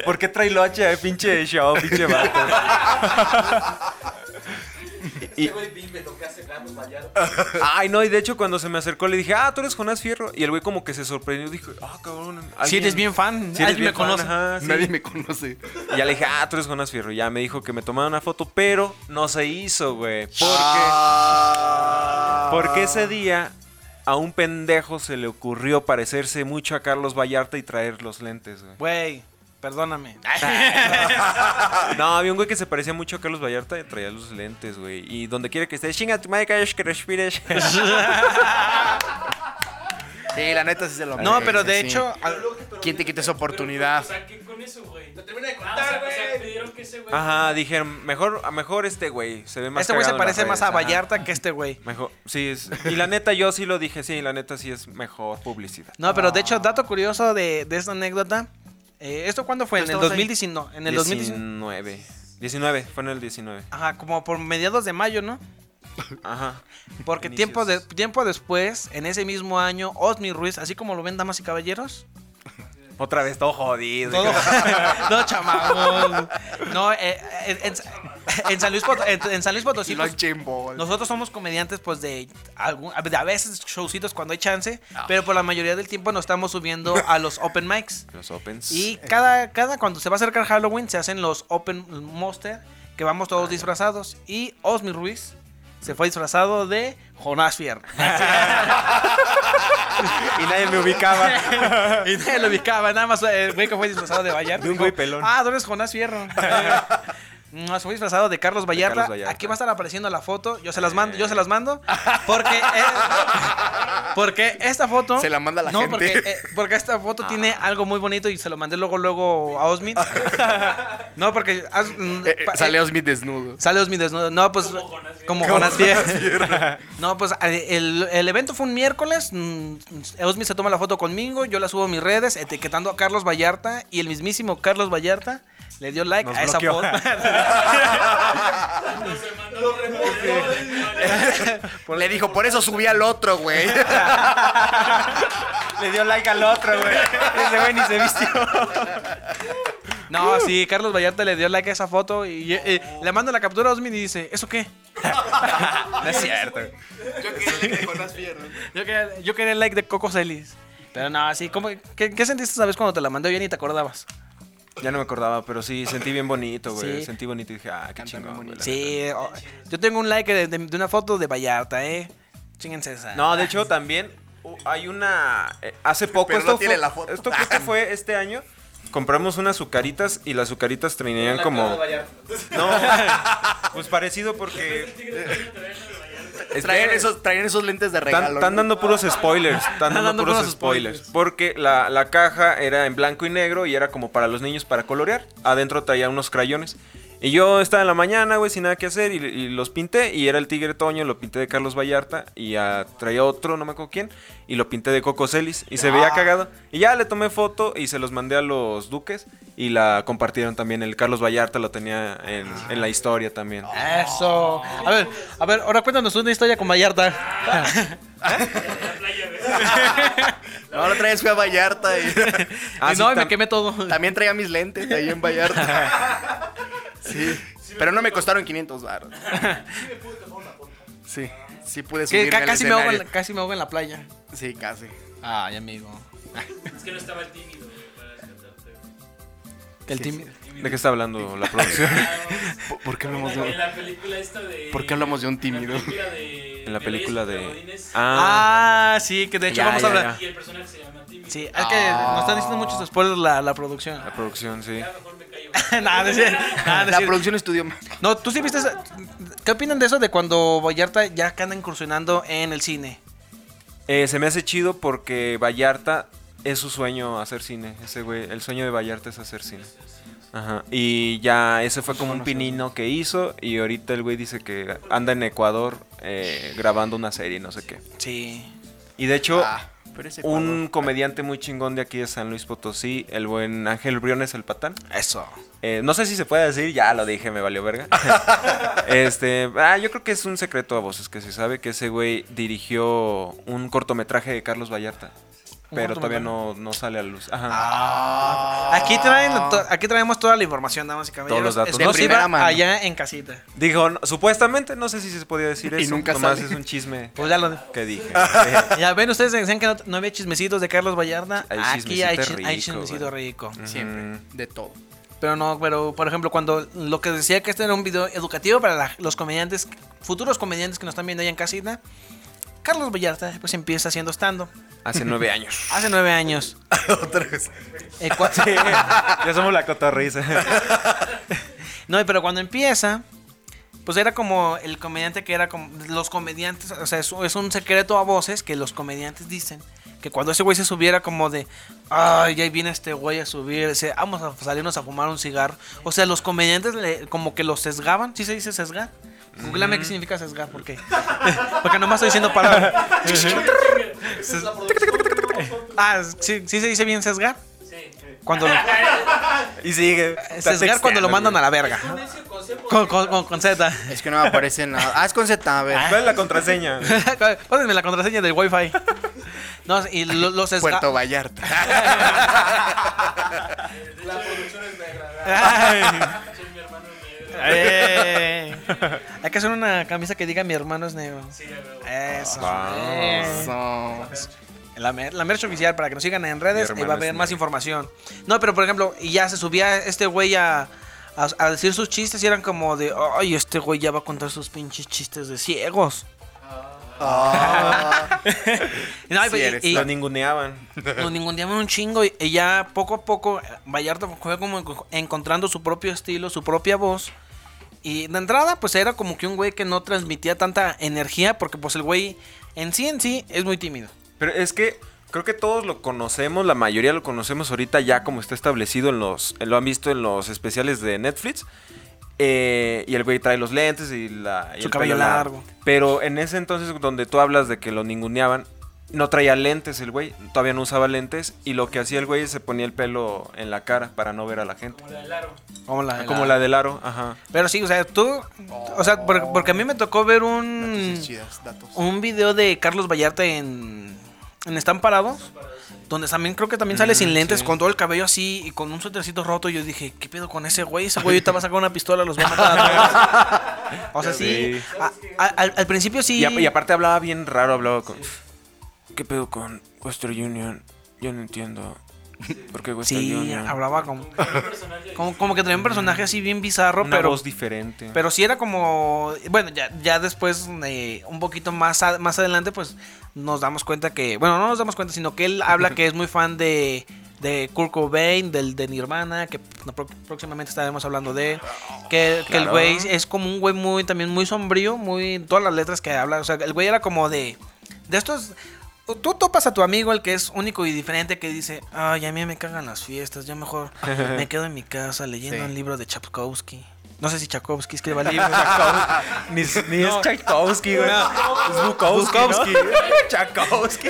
Speaker 3: ¿Por qué trae locha, eh? Pinche show, pinche vato. Y- Ay, no, y de hecho cuando se me acercó le dije, ah, tú eres Jonás Fierro. Y el güey como que se sorprendió, dijo, ah, cabrón.
Speaker 5: Si
Speaker 3: alguien-
Speaker 5: eres bien fan,
Speaker 3: si eres bien
Speaker 5: alguien me
Speaker 3: fan,
Speaker 5: conoce.
Speaker 3: ajá, sí.
Speaker 6: Nadie me conoce.
Speaker 3: Y ya le dije, ah, tú eres Jonás Fierro. Y ya me dijo que me tomara una foto, pero no se hizo, güey. Porque, porque ese día a un pendejo se le ocurrió parecerse mucho a Carlos Vallarta y traer los lentes, güey.
Speaker 5: Güey, perdóname.
Speaker 3: No, había un güey que se parecía mucho a Carlos Vallarta y traía los lentes, güey. Y donde quiera que estés, chinga tu madre, calles, que respires.
Speaker 6: Sí, la neta sí se lo
Speaker 5: No,
Speaker 6: merece,
Speaker 5: pero de
Speaker 6: sí.
Speaker 5: hecho, al-
Speaker 6: ¿Quién te quita esa
Speaker 4: O
Speaker 6: oportunidad?
Speaker 4: sea, ¿qué con eso, güey? No termina de contar,
Speaker 6: Ah,
Speaker 4: güey. O sea,
Speaker 6: pues,
Speaker 4: pidieron que ese güey.
Speaker 3: Ajá, dijeron, mejor, a mejor este güey. Se ve más
Speaker 5: este güey se
Speaker 3: cagado en las
Speaker 5: parece más
Speaker 3: redes,
Speaker 5: a
Speaker 3: ajá.
Speaker 5: Vallarta que este güey.
Speaker 3: Mejor, sí, es- y la neta yo sí lo dije, sí, la neta sí es mejor publicidad.
Speaker 5: No, pero de hecho, dato curioso de, de esta anécdota. eh, ¿Esto cuándo fue?
Speaker 6: ¿Tú
Speaker 5: En el
Speaker 6: estabas ahí?
Speaker 5: 2019. no, en el 2019.
Speaker 3: 2019. 19, fue en el 19.
Speaker 5: Ajá, como por mediados de mayo, ¿no?
Speaker 3: Ajá.
Speaker 5: Porque
Speaker 3: Inicios.
Speaker 5: tiempo, de- tiempo después, en ese mismo año, Osni Ruiz, así como lo ven damas y caballeros.
Speaker 3: Otra vez todo jodido.
Speaker 5: Todo, no, chamamón. No, eh, eh, en, en San Luis Potosí, en, en San Luis Potosí, pues,
Speaker 6: Lunch and ball.
Speaker 5: nosotros somos comediantes pues de, algún, de a veces showcitos cuando hay chance, pero por la mayoría del tiempo nos estamos subiendo a los open mics.
Speaker 3: Los opens.
Speaker 5: Y cada, cada cuando se va a acercar Halloween se hacen los Open Monster, que vamos todos disfrazados. Y Osmi Ruiz se fue disfrazado de Jonás Fierro.
Speaker 3: Y nadie me ubicaba.
Speaker 5: y nadie lo ubicaba, nada más eh, el güey que fue disfrazado de Vallarta.
Speaker 3: De un güey pelón.
Speaker 5: Ah, ¿dónde eres Jonás Fierro? No, se fue disfrazado de Carlos Vallarta.
Speaker 3: Carlos Vallarta.
Speaker 5: Aquí va a estar apareciendo la foto. Yo se las mando, yo se las mando. Porque, eh, porque esta foto.
Speaker 6: Se la manda la
Speaker 5: no,
Speaker 6: gente.
Speaker 5: Porque, eh, porque esta foto tiene algo muy bonito y se lo mandé luego, luego a Osmit. no, porque. as- mm,
Speaker 6: Eh, eh,
Speaker 5: pa-
Speaker 6: sale Osmi desnudo.
Speaker 5: Sale Osmi desnudo. No, pues.
Speaker 4: Jonás Fierro.
Speaker 5: Como Jonas Fierro. No, pues eh, el, el evento fue un miércoles. mm, Osmi se toma la foto conmigo. Yo la subo a mis redes etiquetando a Carlos Vallarta. Y el mismísimo Carlos Vallarta le dio like
Speaker 3: Nos
Speaker 5: a esa
Speaker 3: bloqueó.
Speaker 5: foto.
Speaker 4: Cuando se mandó los reportes.
Speaker 6: Le dijo, por eso subí al otro, güey.
Speaker 3: Le dio like al otro, güey. Ese güey ni se vistió.
Speaker 5: No, sí, Carlos Vallarta le dio like a esa foto y eh, le manda la captura a Osmin y dice, ¿eso qué?
Speaker 3: No es cierto.
Speaker 6: Yo quería que con las piernas.
Speaker 5: Yo quería, yo quería el like de Coco Celis. Pero no, sí, ¿cómo- qué, qué sentiste esa vez cuando te la mandó? Ya ni te acordabas.
Speaker 3: Ya no me acordaba, pero sí, sentí bien bonito, güey.
Speaker 5: Sí.
Speaker 3: Sentí bonito y dije, ah, qué chingón. güey, la neta.
Speaker 5: Sí, oh, yo tengo un like de, de- de una foto de Vallarta, ¿eh? Chinguense esa.
Speaker 3: No, de hecho también uh, hay una... eh, hace poco...
Speaker 6: Pero no
Speaker 3: esto
Speaker 6: tiene
Speaker 3: fue,
Speaker 6: la foto.
Speaker 3: Esto creo que fue este año. Compramos unas azucaritas y las azucaritas tenían como... No, pues parecido porque... Es
Speaker 6: Traen
Speaker 3: que
Speaker 6: esos, traen esos lentes de regalo.
Speaker 3: Están,
Speaker 6: ¿no?
Speaker 3: están dando puros spoilers. Están dando, puros, spoilers. Porque la, la caja era en blanco y negro y era como para los niños para colorear. Adentro traía unos crayones. Y yo estaba en la mañana, güey, sin nada que hacer y, y los pinté. Y era el Tigre Toño, lo pinté de Carlos Vallarta. Y ah, traía otro, no me acuerdo quién. Y lo pinté de Coco Celis. Y se veía cagado. Y ya le tomé foto y se los mandé a los duques. Y la compartieron también. El Carlos Vallarta lo tenía en, en la historia también.
Speaker 5: Eso. A ver, a ver, ahora cuéntanos una historia con Vallarta.
Speaker 6: No, la otra vez fui a Vallarta y
Speaker 3: Ah,
Speaker 5: y
Speaker 3: sí,
Speaker 5: no, y me
Speaker 3: tam-
Speaker 5: quemé todo.
Speaker 6: también traía mis lentes ahí en Vallarta. Sí. Pero no me costaron 500 baros. Sí, sí pude
Speaker 5: Que
Speaker 6: subirme
Speaker 5: ca-
Speaker 6: al
Speaker 5: casi, me ahogo en, la-
Speaker 6: escenario.
Speaker 5: casi me ahogo en la playa.
Speaker 6: Sí, casi.
Speaker 5: Ay, amigo.
Speaker 4: Es que no estaba el tímido güey, para rescatarte. güey.
Speaker 5: El tímido.
Speaker 3: ¿De qué está hablando la producción?
Speaker 6: ¿Por, por qué hablamos
Speaker 4: En
Speaker 6: de
Speaker 4: la película esta de.
Speaker 6: ¿Por qué hablamos de un tímido?
Speaker 4: En la película de.
Speaker 3: En la película de.
Speaker 4: Ah.
Speaker 5: Ah, sí, que de hecho
Speaker 3: Ya,
Speaker 5: vamos
Speaker 3: ya,
Speaker 5: a hablar.
Speaker 4: Y el personaje se llama tímido.
Speaker 5: Ah. Sí, es que nos están diciendo muchos spoilers la, la producción.
Speaker 3: La producción, sí.
Speaker 4: Ya mejor me callo. güey.
Speaker 5: Nada, es cierto, nada, Ah, es
Speaker 6: La
Speaker 5: cierto.
Speaker 6: producción estudió más.
Speaker 5: No, tú sí viste. esa- ¿Qué opinan de eso de cuando Vallarta ya anda incursionando en el cine?
Speaker 3: Eh, se me hace chido porque Vallarta es su sueño hacer cine. Ese güey, el sueño de Vallarta es hacer cine. Ajá. Y ya ese fue como un pinino que hizo y ahorita el güey dice que anda en Ecuador eh, grabando una serie, no sé qué.
Speaker 5: Sí.
Speaker 3: Y de hecho,
Speaker 6: Ah, pero ese
Speaker 3: un comediante muy chingón de aquí de San Luis Potosí, el buen Ángel Briones el Patán.
Speaker 5: Eso.
Speaker 3: Eh, no sé si se puede decir, ya lo dije, me valió verga. este, ah, yo creo que es un secreto a voces que se sabe que ese güey dirigió un cortometraje de Carlos Vallarta. Pero todavía no, no sale a luz. Ajá.
Speaker 6: Ah.
Speaker 5: Ah. Aquí, traen, to- aquí traemos toda la información, damas y
Speaker 3: Ah.
Speaker 5: caballeros.
Speaker 3: Todos los datos.
Speaker 5: Exclusiva
Speaker 6: De primera mano.
Speaker 5: allá en casita.
Speaker 3: Dijo, no- supuestamente, no sé si se podía decir
Speaker 6: Y
Speaker 3: eso.
Speaker 6: nunca
Speaker 3: nomás
Speaker 6: sale.
Speaker 3: es un chisme
Speaker 5: Pues ya lo.
Speaker 3: que dije. eh,
Speaker 5: Ya ven, ustedes decían que no, no había chismecitos de Carlos Vallarta.
Speaker 3: Hay
Speaker 5: aquí hay,
Speaker 3: chismecito
Speaker 5: chi- hay
Speaker 3: rico, güey.
Speaker 5: chismecito
Speaker 3: Mm.
Speaker 5: rico.
Speaker 6: Siempre, de todo.
Speaker 5: Pero no, pero por ejemplo, cuando lo que decía que este era un video educativo para la- los comediantes, futuros comediantes que nos están viendo allá en casita, Carlos Vallarta pues empieza haciendo stand-up.
Speaker 3: Hace nueve años.
Speaker 5: Hace nueve años.
Speaker 6: Otra vez.
Speaker 5: Eh, cua-
Speaker 3: ya somos la cotorriza.
Speaker 5: No, pero cuando empieza, pues era como el comediante que era como. Los comediantes, o sea, es, es un secreto a voces que los comediantes dicen que cuando ese güey se subiera, como de. Ay, ya viene este güey a subir, se- vamos a salirnos a fumar un cigarro. O sea, los comediantes le- como que los sesgaban. ¿Sí se dice sesgar? Googlame qué significa sesgar, porque. Porque nomás estoy diciendo palabras. ah, sí, sí se dice bien sesgar. Cuando,
Speaker 3: y sigue. Está
Speaker 5: sesgar cuando lo
Speaker 3: texteando,
Speaker 5: mandan a
Speaker 3: güey.
Speaker 5: la verga. Con, con, con, con Z.
Speaker 6: Es que no me aparece nada. Ah, es con Z, a ver.
Speaker 3: ¿Cuál es la contraseña?
Speaker 5: Pónganme la contraseña del Wi-Fi. No, y lo- los sesga-
Speaker 6: Puerto Vallarta.
Speaker 5: Ay.
Speaker 4: Soy mi hermano negro.
Speaker 5: Ay. Hay que hacer una camisa que diga mi hermano es negro.
Speaker 4: Eh. Sí, a huevo.
Speaker 5: Eso.
Speaker 3: Ah, Vamos.
Speaker 5: Eh.
Speaker 6: No.
Speaker 5: La, mer- la merch oficial para que nos sigan en redes
Speaker 3: Mi
Speaker 5: y va
Speaker 3: hermano es
Speaker 5: a haber más
Speaker 3: negro.
Speaker 5: información. No, pero por ejemplo, y ya se subía este güey a, a- a decir sus chistes y eran como de, ay, este güey ya va a contar sus pinches chistes de ciegos.
Speaker 6: Ah.
Speaker 5: No, y-
Speaker 6: Sí eres.
Speaker 5: y-
Speaker 3: Lo ninguneaban.
Speaker 5: Lo ninguneaban un chingo y y ya poco a poco eh, Vallarta fue como enco- encontrando su propio estilo, su propia voz. Y de entrada pues era como que un güey que no transmitía tanta energía porque pues el güey en sí en sí es muy tímido.
Speaker 3: Pero es que creo que todos lo conocemos, la mayoría lo conocemos ahorita ya como está establecido en los, lo han visto en los especiales de Netflix. Eh, y el güey trae los lentes y, la, y
Speaker 5: Su
Speaker 3: el
Speaker 5: cabello
Speaker 3: pelo
Speaker 5: largo.
Speaker 3: Pero en ese entonces donde tú hablas de que lo ninguneaban, no traía lentes el güey, todavía no usaba lentes y lo que hacía el güey es se ponía el pelo en la cara para no ver a la gente.
Speaker 4: Como la del aro.
Speaker 5: Como la,
Speaker 3: Ah, Como la del aro, ajá.
Speaker 5: Pero sí, o sea, tú... O sea, por- porque a mí me tocó ver Mm. un...
Speaker 6: Noticias chidas, datos.
Speaker 5: Un video de Carlos Vallarta en... en Están Parados, donde también creo que también
Speaker 3: Mm,
Speaker 5: sale sin lentes, con todo el cabello así y con un suétercito roto. Y yo dije, ¿qué pedo con ese güey? Ese güey ahorita va a sacar una pistola, los va a matar a todos. O sea, sí. a- a- al, al principio sí.
Speaker 3: Y, a- y aparte hablaba bien raro, hablaba con... ¿Qué pedo con Western Union? Yo no entiendo. ¿Por qué Western
Speaker 5: sí,
Speaker 3: Union?
Speaker 5: hablaba como, como. como que tenía un personaje así bien bizarro,
Speaker 3: Una
Speaker 5: pero.
Speaker 3: voz diferente.
Speaker 5: Pero sí era como. Bueno, ya, ya después, eh, un poquito más, a- más adelante, pues nos damos cuenta que. Bueno, no nos damos cuenta, sino que él habla que es muy fan de. De Kurt Cobain, del de Nirvana, que no, pro- próximamente estaremos hablando de. Que, que el güey es como un güey muy, también muy sombrío, muy. Todas las letras que habla. O sea, el güey era como de. De estos. Tú topas a tu amigo, el que es único y diferente, que dice: Ay, a mí me cagan las fiestas, yo mejor me quedo en mi casa leyendo
Speaker 6: Sí.
Speaker 5: un libro de Chapkowski. No sé si Chapkowski escriba libros.
Speaker 8: Ni, ni es Tchaikovsky, güey. Es Bukowski. ¿no? Tchaikovsky.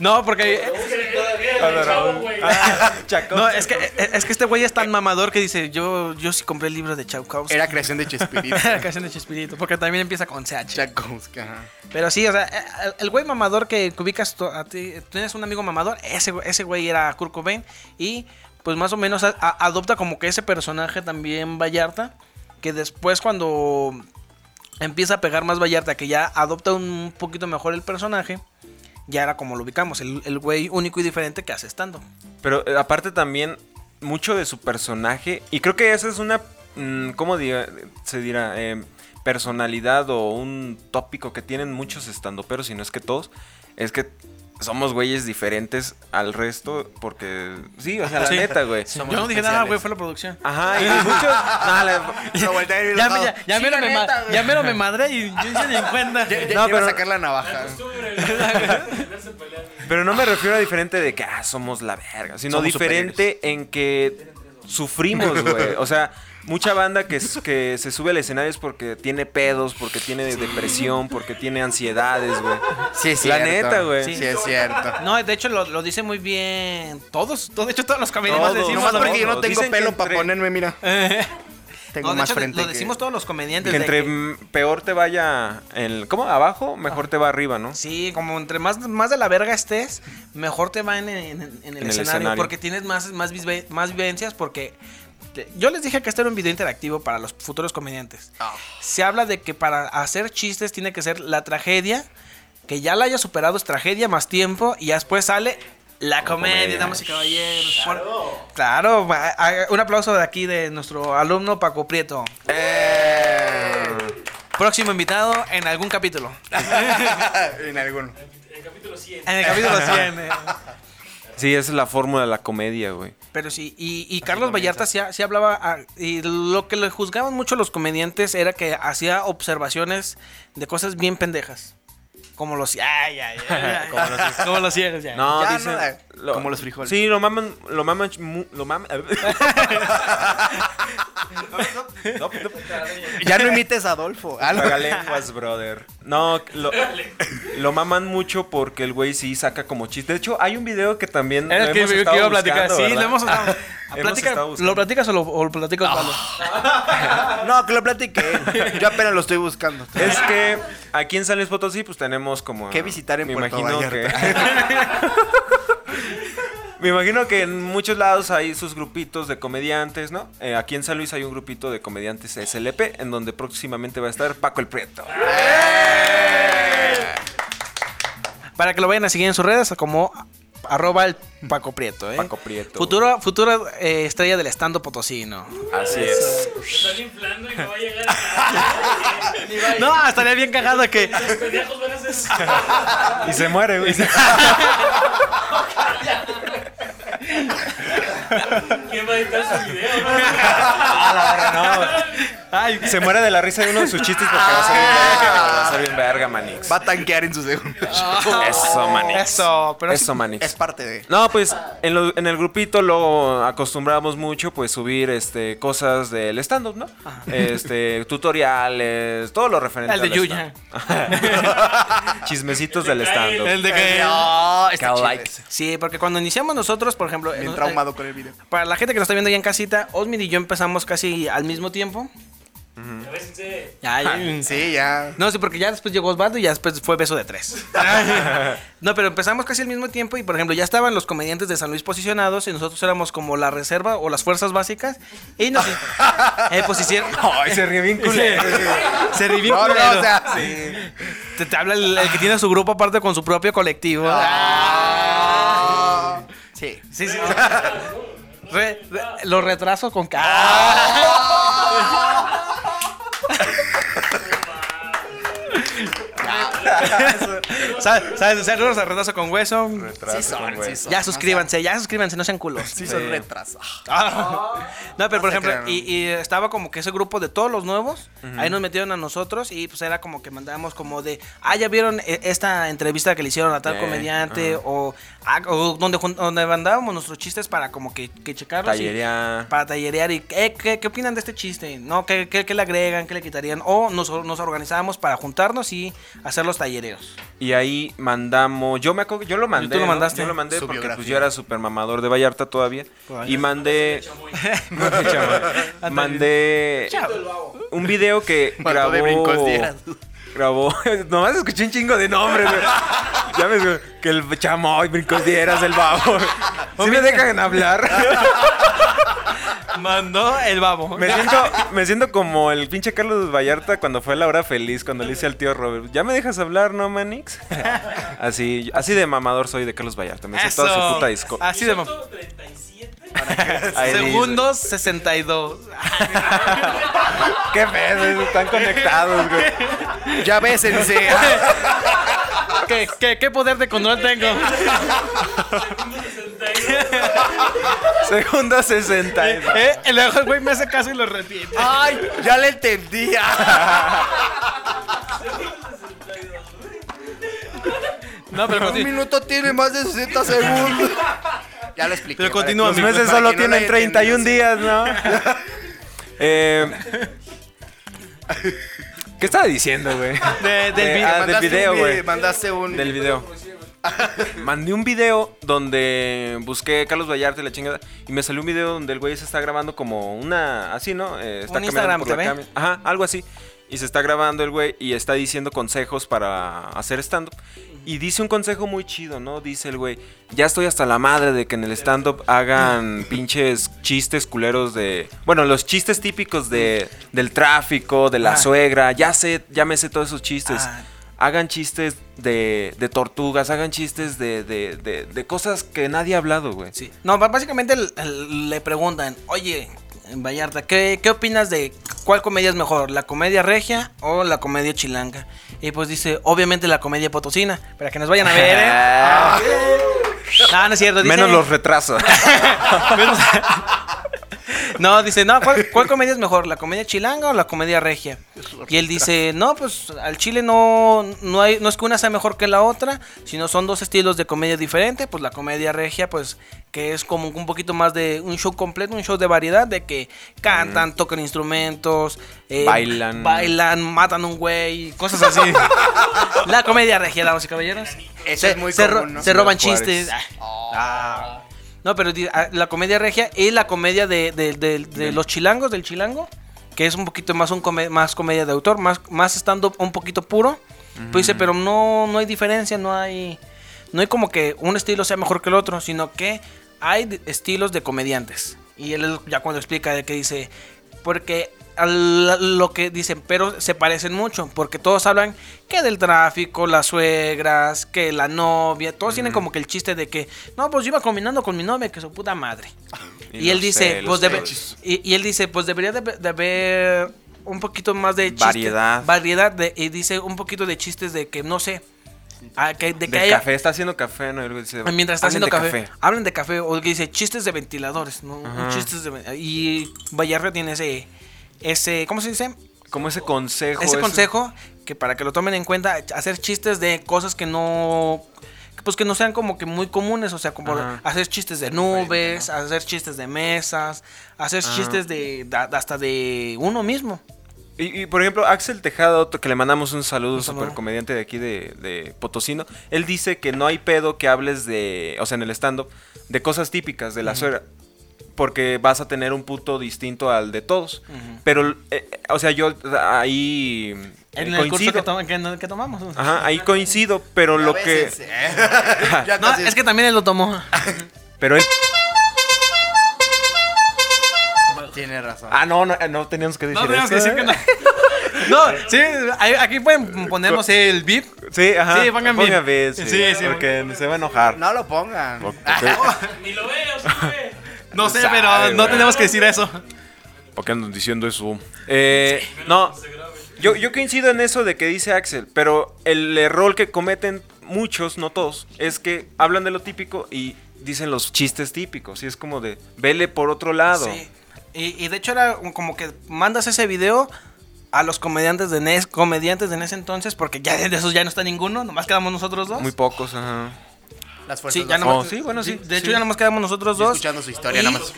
Speaker 5: no, porque. eh,
Speaker 4: Todavía, el chavo, güey.
Speaker 3: Ah.
Speaker 5: No, es que, es que este güey es tan mamador que dice: Yo, yo sí compré el libro de Chapkowski.
Speaker 6: Era creación de Chespirito.
Speaker 5: La canción de Chespirito, porque también empieza con CH.
Speaker 6: Chakowski, ajá.
Speaker 5: Pero sí, o sea, el- el güey mamador que que ubicas tú- a ti, tienes un amigo mamador, ese, güey- ese güey era Kurt Cobain y pues más o menos a- a- adopta como que ese personaje también Vallarta, que después cuando empieza a pegar más Vallarta, que ya adopta un poquito mejor el personaje, ya era como lo ubicamos, el, el güey único y diferente que hace estando.
Speaker 3: Pero eh, aparte también mucho de su personaje. Y creo que esa es una... mm, ¿Cómo diga- se dirá? Eh, personalidad o un tópico que tienen muchos estandoperos, y no es que todos. Es que somos güeyes diferentes al resto porque... Sí, o sea, la neta, güey.
Speaker 5: Yo no dije nada, güey, fue la producción.
Speaker 6: Ah,
Speaker 3: Ajá, y muchos... No, la-
Speaker 6: Lo volteé y lo
Speaker 5: Ya,
Speaker 6: dejaba.
Speaker 5: ya, ya
Speaker 6: Sí,
Speaker 5: mero
Speaker 6: la
Speaker 5: me ma-
Speaker 6: neta, güey.
Speaker 5: ya mero me madré y yo hice ni en cuenta.
Speaker 6: Ya- ya
Speaker 3: No,
Speaker 6: iba a
Speaker 3: pero-
Speaker 6: sacar la navaja.
Speaker 4: Costumbre, güey, ponerse a pelear.
Speaker 3: Pero no me refiero a diferente de que ah, somos la verga, sino
Speaker 6: Somos
Speaker 3: diferente en que sufrimos, güey. O sea, mucha banda que, s- que se sube al escenario es porque tiene pedos, porque tiene depresión, porque tiene ansiedades, güey.
Speaker 6: Sí, es
Speaker 3: La
Speaker 6: cierto.
Speaker 3: neta, güey.
Speaker 6: Sí, es cierto.
Speaker 5: No, de hecho lo, lo dice muy bien todos. todo- De hecho, todos los comediantes
Speaker 3: Todos.
Speaker 5: decimos
Speaker 6: Nomás
Speaker 5: lo
Speaker 3: no,
Speaker 6: porque yo
Speaker 5: mismo.
Speaker 6: no
Speaker 3: no,
Speaker 6: tengo
Speaker 3: dicen que
Speaker 6: pelo para
Speaker 3: entre-
Speaker 6: ponerme, mira. Tengo
Speaker 5: No, de
Speaker 6: más
Speaker 5: hecho,
Speaker 6: frente.
Speaker 5: lo decimos todos los comediantes.
Speaker 3: Que
Speaker 5: de
Speaker 3: entre
Speaker 5: que-
Speaker 3: mm, peor te vaya el... ¿Cómo? Abajo, mejor te va arriba, ¿no?
Speaker 5: sí, como entre más, más de la verga estés, mejor te va en, en- en el,
Speaker 3: el
Speaker 5: escenario,
Speaker 3: escenario.
Speaker 5: Porque tienes más, más, visve- más vivencias. Porque te- yo les dije que este era un video interactivo para los futuros comediantes.
Speaker 6: Ah.
Speaker 5: Se habla de que para hacer chistes tiene que ser la tragedia. Que ya la haya superado es tragedia más tiempo. Y ya después sale la comedia,
Speaker 3: comedia.
Speaker 5: damas y caballeros. Por- Claro, va- a- un aplauso de aquí de nuestro alumno Paco Prieto. Próximo invitado en algún capítulo.
Speaker 6: en alguno.
Speaker 4: El capítulo 100.
Speaker 5: En el capítulo 100. eh.
Speaker 3: Sí, esa es la fórmula de la comedia, güey.
Speaker 5: Pero sí, y, y Carlos Vallarta sí, ha- sí hablaba, ah, y lo que le juzgaban mucho los comediantes era que hacía observaciones de cosas bien pendejas. Como los... Ay, ay, ay, ay. como los Como los ciegos, ya.
Speaker 3: No,
Speaker 6: Ya,
Speaker 3: dicen...
Speaker 6: nada, como los frijoles.
Speaker 3: Sí, lo maman... Lo maman... mu- Lo maman... No, no, no.
Speaker 6: Ya no imites a Adolfo. Ah, no.
Speaker 3: lenguas, brother. No, lo, lo maman mucho porque el güey sí saca como chiste. De hecho, hay un video que también.
Speaker 5: Era el
Speaker 3: lo
Speaker 5: que
Speaker 3: hemos
Speaker 5: yo
Speaker 3: estado
Speaker 5: iba a platicar.
Speaker 3: buscando,
Speaker 5: Sí,
Speaker 3: ¿verdad?
Speaker 5: lo hemos estado...
Speaker 3: Hemos
Speaker 5: Platica-
Speaker 3: estado
Speaker 5: ¿Lo
Speaker 3: buscando.
Speaker 5: platicas o lo, o lo platica Osvaldo?
Speaker 6: No, que lo platiqué. Yo apenas lo estoy buscando.
Speaker 3: Es que aquí en San Luis Potosí, pues tenemos como.
Speaker 6: ¿Qué visitar en Puerto Vallarta?
Speaker 3: Me imagino que en muchos lados hay sus grupitos de comediantes, ¿no? Eh, aquí en San Luis hay un grupito de comediantes SLP, en donde próximamente va a estar Paco el Prieto.
Speaker 5: Para que lo vayan a seguir en sus redes como arroba el Paco Prieto, ¿eh?
Speaker 3: Paco Prieto.
Speaker 5: Futura, futura eh, estrella del estando potosino.
Speaker 3: Así es.
Speaker 4: Se están inflando y no va a llegar a nada. Ni va a-
Speaker 5: No, estaría bien cagado que...
Speaker 4: Los pendejos van a ser.
Speaker 3: Y se muere, güey.
Speaker 4: ¿Quién va a editar su video? no?
Speaker 5: Ay,
Speaker 3: Se muere de la risa de uno de sus chistes porque va a ser bien verga, güey, va a ser bien verga, Manix.
Speaker 6: Va a tanquear en su segundo.
Speaker 3: Eso, Manix.
Speaker 5: Eso, pero
Speaker 3: Eso, Manix.
Speaker 6: Es parte de.
Speaker 3: No, pues en, lo- en el grupito lo acostumbramos mucho, pues subir este cosas del stand-up, ¿no? Este, tutoriales, todo lo referente
Speaker 5: Ah. El de
Speaker 3: al
Speaker 5: Yuya.
Speaker 3: stand-up. Chismecitos del stand-up.
Speaker 5: El de que...
Speaker 6: Eh, No, Ah, está
Speaker 3: Cao
Speaker 6: chido
Speaker 3: likes.
Speaker 6: ese.
Speaker 5: Sí, porque cuando iniciamos nosotros, por ejemplo... eh,
Speaker 6: Bien
Speaker 5: nos-
Speaker 6: traumado con el video.
Speaker 5: eh, Para la gente que nos está viendo ya en casita, Osmid y yo empezamos casi al mismo tiempo.
Speaker 4: A Agárrense.
Speaker 5: Ya, ya.
Speaker 6: Sí, ya.
Speaker 5: No, sí, porque ya después llegó Osvaldo y ya después fue beso de tres. no, pero empezamos casi al mismo tiempo y, por ejemplo, ya estaban los comediantes de San Luis posicionados y nosotros éramos como la reserva o las fuerzas básicas y nos eh, pues hicieron...
Speaker 8: Ay, se ríe bien culero.
Speaker 5: Se ríe bien
Speaker 6: No, no,
Speaker 5: culero.
Speaker 6: o sea, sí.
Speaker 5: te, te habla el, el que tiene su grupo aparte con su propio colectivo.
Speaker 6: Ah. Sí.
Speaker 5: Sí, sí. Re- re- los retrasos con K.
Speaker 6: Ah.
Speaker 5: ¿Sabes? ¿Sabes? Saludos a retraso con hueso.
Speaker 6: Sí son, sí son.
Speaker 5: Ya suscríbanse, ya suscríbanse, no sean culos.
Speaker 6: Sí son retrasos.
Speaker 5: No, pero por
Speaker 6: se
Speaker 5: ejemplo,
Speaker 6: crean, ¿no?
Speaker 5: y, y estaba como que ese grupo de todos los nuevos, ahí nos metieron a nosotros y pues era como que mandábamos como de, ah, ya vieron eh, esta entrevista que le hicieron a tal
Speaker 3: Sí,
Speaker 5: comediante o, ah, o donde, jun- donde mandábamos nuestros chistes para como que, que checarlos. y-
Speaker 3: Tallería.
Speaker 5: para tallerear y eh, ¿qué, qué opinan de este chiste? ¿No? ¿Qué, qué- qué le agregan? ¿Qué le quitarían? O nos, nos organizábamos para juntarnos y hacer los tallereos.
Speaker 3: Y ahí mandamos. Yo me acuerdo que yo lo mandé.
Speaker 5: lo
Speaker 3: ¿no?
Speaker 5: mandaste.
Speaker 3: Yo lo mandé
Speaker 6: Su
Speaker 3: porque pues,
Speaker 6: biografía.
Speaker 3: yo era super mamador de Vallarta todavía.
Speaker 5: Todavía.
Speaker 3: Y mandé. No, chamo. mandé un video que
Speaker 6: Mató
Speaker 3: grabó.
Speaker 6: de brincos, dieras.
Speaker 3: Grabó. Nomás escuché un chingo de nombres, güey. Ya me que el chamoy, brincos dieras, el babo. Si me dejan hablar.
Speaker 5: Mandó el babo.
Speaker 3: Me siento, me siento como el pinche Carlos Vallarta cuando fue la hora feliz, cuando le hice al tío Robert, ¿ya me dejas hablar, no, Manix? así, así de mamador soy de Carlos Vallarta, me hice toda su puta disco.
Speaker 5: Así de mam-
Speaker 4: Minuto 37.
Speaker 3: Ahí dice,
Speaker 5: Segundos 62.
Speaker 3: Qué pedo, están conectados, güey.
Speaker 6: Ya bésense.
Speaker 5: ¿Qué, qué, qué poder de control tengo?
Speaker 4: Segundo 62.
Speaker 3: Segundo 60. eso.
Speaker 5: ¿Eh? Y luego El güey me hace caso y lo repite.
Speaker 6: Ay, ya le Ah. entendía.
Speaker 5: No, pero,
Speaker 6: Un
Speaker 5: continu-
Speaker 6: minuto tiene más de 60 segundos. Ya lo expliqué.
Speaker 5: Pero
Speaker 6: para
Speaker 5: continúa,
Speaker 6: que-
Speaker 3: Los meses
Speaker 6: para
Speaker 3: solo
Speaker 6: que no
Speaker 3: tienen
Speaker 6: le
Speaker 3: 31
Speaker 6: entiendas.
Speaker 3: días, ¿no? Eh, ¿Qué estaba diciendo, güey?
Speaker 5: de- del
Speaker 3: Eh,
Speaker 5: video.
Speaker 3: ah, del
Speaker 6: Mandaste
Speaker 3: video,
Speaker 6: un
Speaker 3: güey.
Speaker 6: Mandaste un.
Speaker 3: Del video. Mandé un video donde busqué Carlos Vallarta y la chingada. Y me salió un video donde el güey se está grabando como una. Así, ¿no? Eh, está
Speaker 5: Un
Speaker 3: caminando
Speaker 5: Instagram
Speaker 3: por la
Speaker 5: TV.
Speaker 3: cami- Ajá, algo así. Y se está grabando el güey y está diciendo consejos para hacer stand-up. Y dice un consejo muy chido, ¿no? Dice el güey: Ya estoy hasta la madre de que en el stand-up hagan pinches chistes culeros de. Bueno, los chistes típicos de, del tráfico, de la
Speaker 5: Ah.
Speaker 3: suegra. Ya sé, ya me sé todos esos chistes
Speaker 5: Ah.
Speaker 3: hagan chistes de, de tortugas, hagan chistes de, de, de- de cosas que nadie ha hablado, güey. Ah,
Speaker 5: Sí. No, ba- básicamente el- el- le preguntan, oye, Vallarta, ¿qué, qué opinas de cuál comedia es mejor? ¿La comedia regia o la comedia chilanga? Y pues dice, obviamente la comedia potosina, para que nos vayan a ver, ¿eh?
Speaker 3: Ah.
Speaker 5: No, no es cierto. dice-
Speaker 3: Menos los retrasos.
Speaker 5: No, dice, no, ¿cuál, cuál comedia es mejor? ¿La comedia chilanga o la comedia regia? Y él dice, no, pues al chile no, no, hay, no es que una sea mejor que la otra, sino son dos estilos de comedia diferentes. Pues la comedia regia, pues que es como un poquito más de un show completo, un show de variedad, de que cantan,
Speaker 6: Mm.
Speaker 5: tocan instrumentos, eh,
Speaker 3: Bailan.
Speaker 5: bailan, matan un güey, cosas así. la comedia regia, damas y caballeros.
Speaker 6: Eso
Speaker 5: Se,
Speaker 6: es muy
Speaker 5: se ro-
Speaker 6: común, ¿no?
Speaker 5: se roban
Speaker 3: Juárez.
Speaker 5: chistes. Ah. No, pero di- ah, la comedia regia y la comedia de, de- de- de los chilangos, del chilango, que es un poquito más, un come- más comedia de autor, más, más estando un poquito puro. Pues dice, pero no, no hay diferencia, no hay, no hay como que un estilo sea mejor que el otro, sino que hay de- estilos de comediantes. Y él ya cuando explica de que dice, porque al- lo que dicen, pero se parecen mucho, porque todos hablan que del tráfico, las suegras, que la novia, todos tienen como que el chiste de que, no, pues yo iba combinando con mi novia, que su puta madre.
Speaker 3: Y
Speaker 5: Y,
Speaker 3: los
Speaker 5: él dice,
Speaker 3: celos,
Speaker 5: pues debe-
Speaker 3: celos.
Speaker 5: y, y él dice, pues debería de, de haber un poquito más de chiste-
Speaker 3: Variedad.
Speaker 5: variedad de- y dice un poquito de chistes de que no sé, ah, que- de que
Speaker 3: Del
Speaker 5: haya-
Speaker 3: café, está haciendo café, ¿no? Y luego dice,
Speaker 5: Ah, Mientras está
Speaker 3: "Hablen
Speaker 5: haciendo
Speaker 3: de
Speaker 5: café, hablan de café o que dice chistes de ventiladores, ¿no?
Speaker 3: Ajá.
Speaker 5: Chistes de- y Vallarta tiene ese ese ¿cómo se dice?
Speaker 3: Como ese consejo.
Speaker 5: ese
Speaker 3: ese-
Speaker 5: consejo que para que lo tomen en cuenta hacer chistes de cosas que no pues que no sean como que muy comunes, o sea, como
Speaker 3: Ajá.
Speaker 5: hacer chistes de nubes, hacer chistes de mesas, hacer chistes de, da- hasta de uno mismo.
Speaker 3: Y, y, por ejemplo, Axel Tejada, otro que le mandamos un saludo,
Speaker 5: Un saludo.
Speaker 3: super comediante de aquí de, de Potosino, él dice que no hay pedo que hables de, o sea, en el stand-up, de cosas típicas de la suegra. porque vas a tener un punto distinto al de todos. Pero, eh, o sea, yo ahí eh,
Speaker 5: En el
Speaker 3: coincido.
Speaker 5: curso que, to- que no- que tomamos.
Speaker 3: Ajá, ahí coincido, pero lo que...
Speaker 6: eh. Ya
Speaker 5: No, es que también él lo tomó.
Speaker 3: Pero él...
Speaker 6: Tiene razón.
Speaker 3: Ah, no, no, no teníamos que decir
Speaker 5: No tenemos
Speaker 3: eso,
Speaker 5: que decir
Speaker 3: ¿eh?
Speaker 5: que no. No, sí, ahí- aquí pueden ponernos el bip.
Speaker 3: Sí, ajá.
Speaker 5: Sí, pongan bien.
Speaker 3: bien, sí,
Speaker 5: Sí, sí,
Speaker 3: porque se va a enojar.
Speaker 6: No lo pongan.
Speaker 4: Ni lo veo, sí, güey.
Speaker 5: No sé,
Speaker 3: Sabe,
Speaker 5: pero no
Speaker 3: güey.
Speaker 5: tenemos que decir eso.
Speaker 2: ¿Por qué andan diciendo eso?
Speaker 3: Eh, no, yo, yo coincido en eso de que dice Axel, pero el error que cometen muchos, no todos, es que hablan de lo típico y dicen los chistes típicos. Y es como de, vele por otro lado.
Speaker 5: Sí. Y, y de hecho era un- como que mandas ese video a los comediantes de NES, comediantes de NES entonces, porque ya de esos ya no está ninguno, nomás quedamos nosotros dos.
Speaker 3: Muy pocos, ajá.
Speaker 6: Las fuerzas
Speaker 5: sí, ya
Speaker 6: no
Speaker 5: nomás-
Speaker 3: Oh, sí, bueno, sí,
Speaker 5: De hecho
Speaker 3: sí.
Speaker 5: ya nomás quedamos nosotros dos.
Speaker 6: escuchando su historia,
Speaker 5: Y-
Speaker 6: nada más.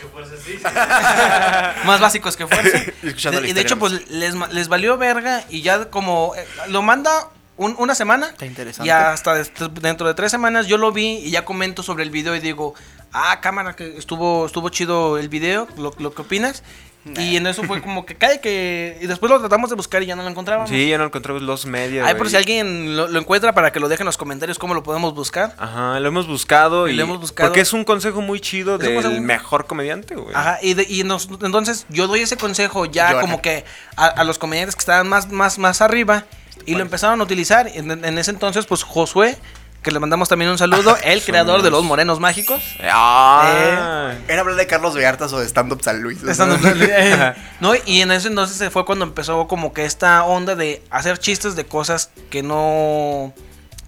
Speaker 5: más básicos que fueron.
Speaker 6: Y escuchando la
Speaker 5: y de
Speaker 6: historia,
Speaker 5: hecho,
Speaker 6: ¿no?
Speaker 5: pues les, ma- les valió verga y ya como eh, lo manda un- una semana.
Speaker 6: Está interesante.
Speaker 5: Y hasta des- dentro de tres semanas yo lo vi y ya comento sobre el video y digo, ah, cámara, que estuvo, estuvo chido el video, lo, lo que opinas. Y en eso fue como que cae que... Y después lo tratamos de buscar y ya no lo encontrábamos.
Speaker 3: Sí, ya no encontramos los medios.
Speaker 5: Ay, por si alguien lo, lo encuentra para que lo deje en los comentarios cómo lo podemos buscar.
Speaker 3: Ajá, lo hemos buscado
Speaker 5: Y
Speaker 3: y,
Speaker 5: lo hemos buscado.
Speaker 3: porque es un consejo muy chido
Speaker 5: Es un
Speaker 3: del
Speaker 5: consejo-
Speaker 3: mejor comediante, güey.
Speaker 5: Ajá, y, de- y nos, entonces yo doy ese consejo ya
Speaker 6: Llora.
Speaker 5: como que a, a los comediantes que estaban más, más, más arriba y lo empezaron a utilizar. En, en ese entonces, pues Josué, que le mandamos también un saludo, el creador de los morenos mágicos.
Speaker 3: Ah.
Speaker 5: Eh.
Speaker 6: Era hablar de Carlos Vallartas o de Stand Up San Luis. ¿no?
Speaker 5: Estando- eh, no, y en ese entonces se fue cuando empezó como que esta onda de hacer chistes de cosas que no...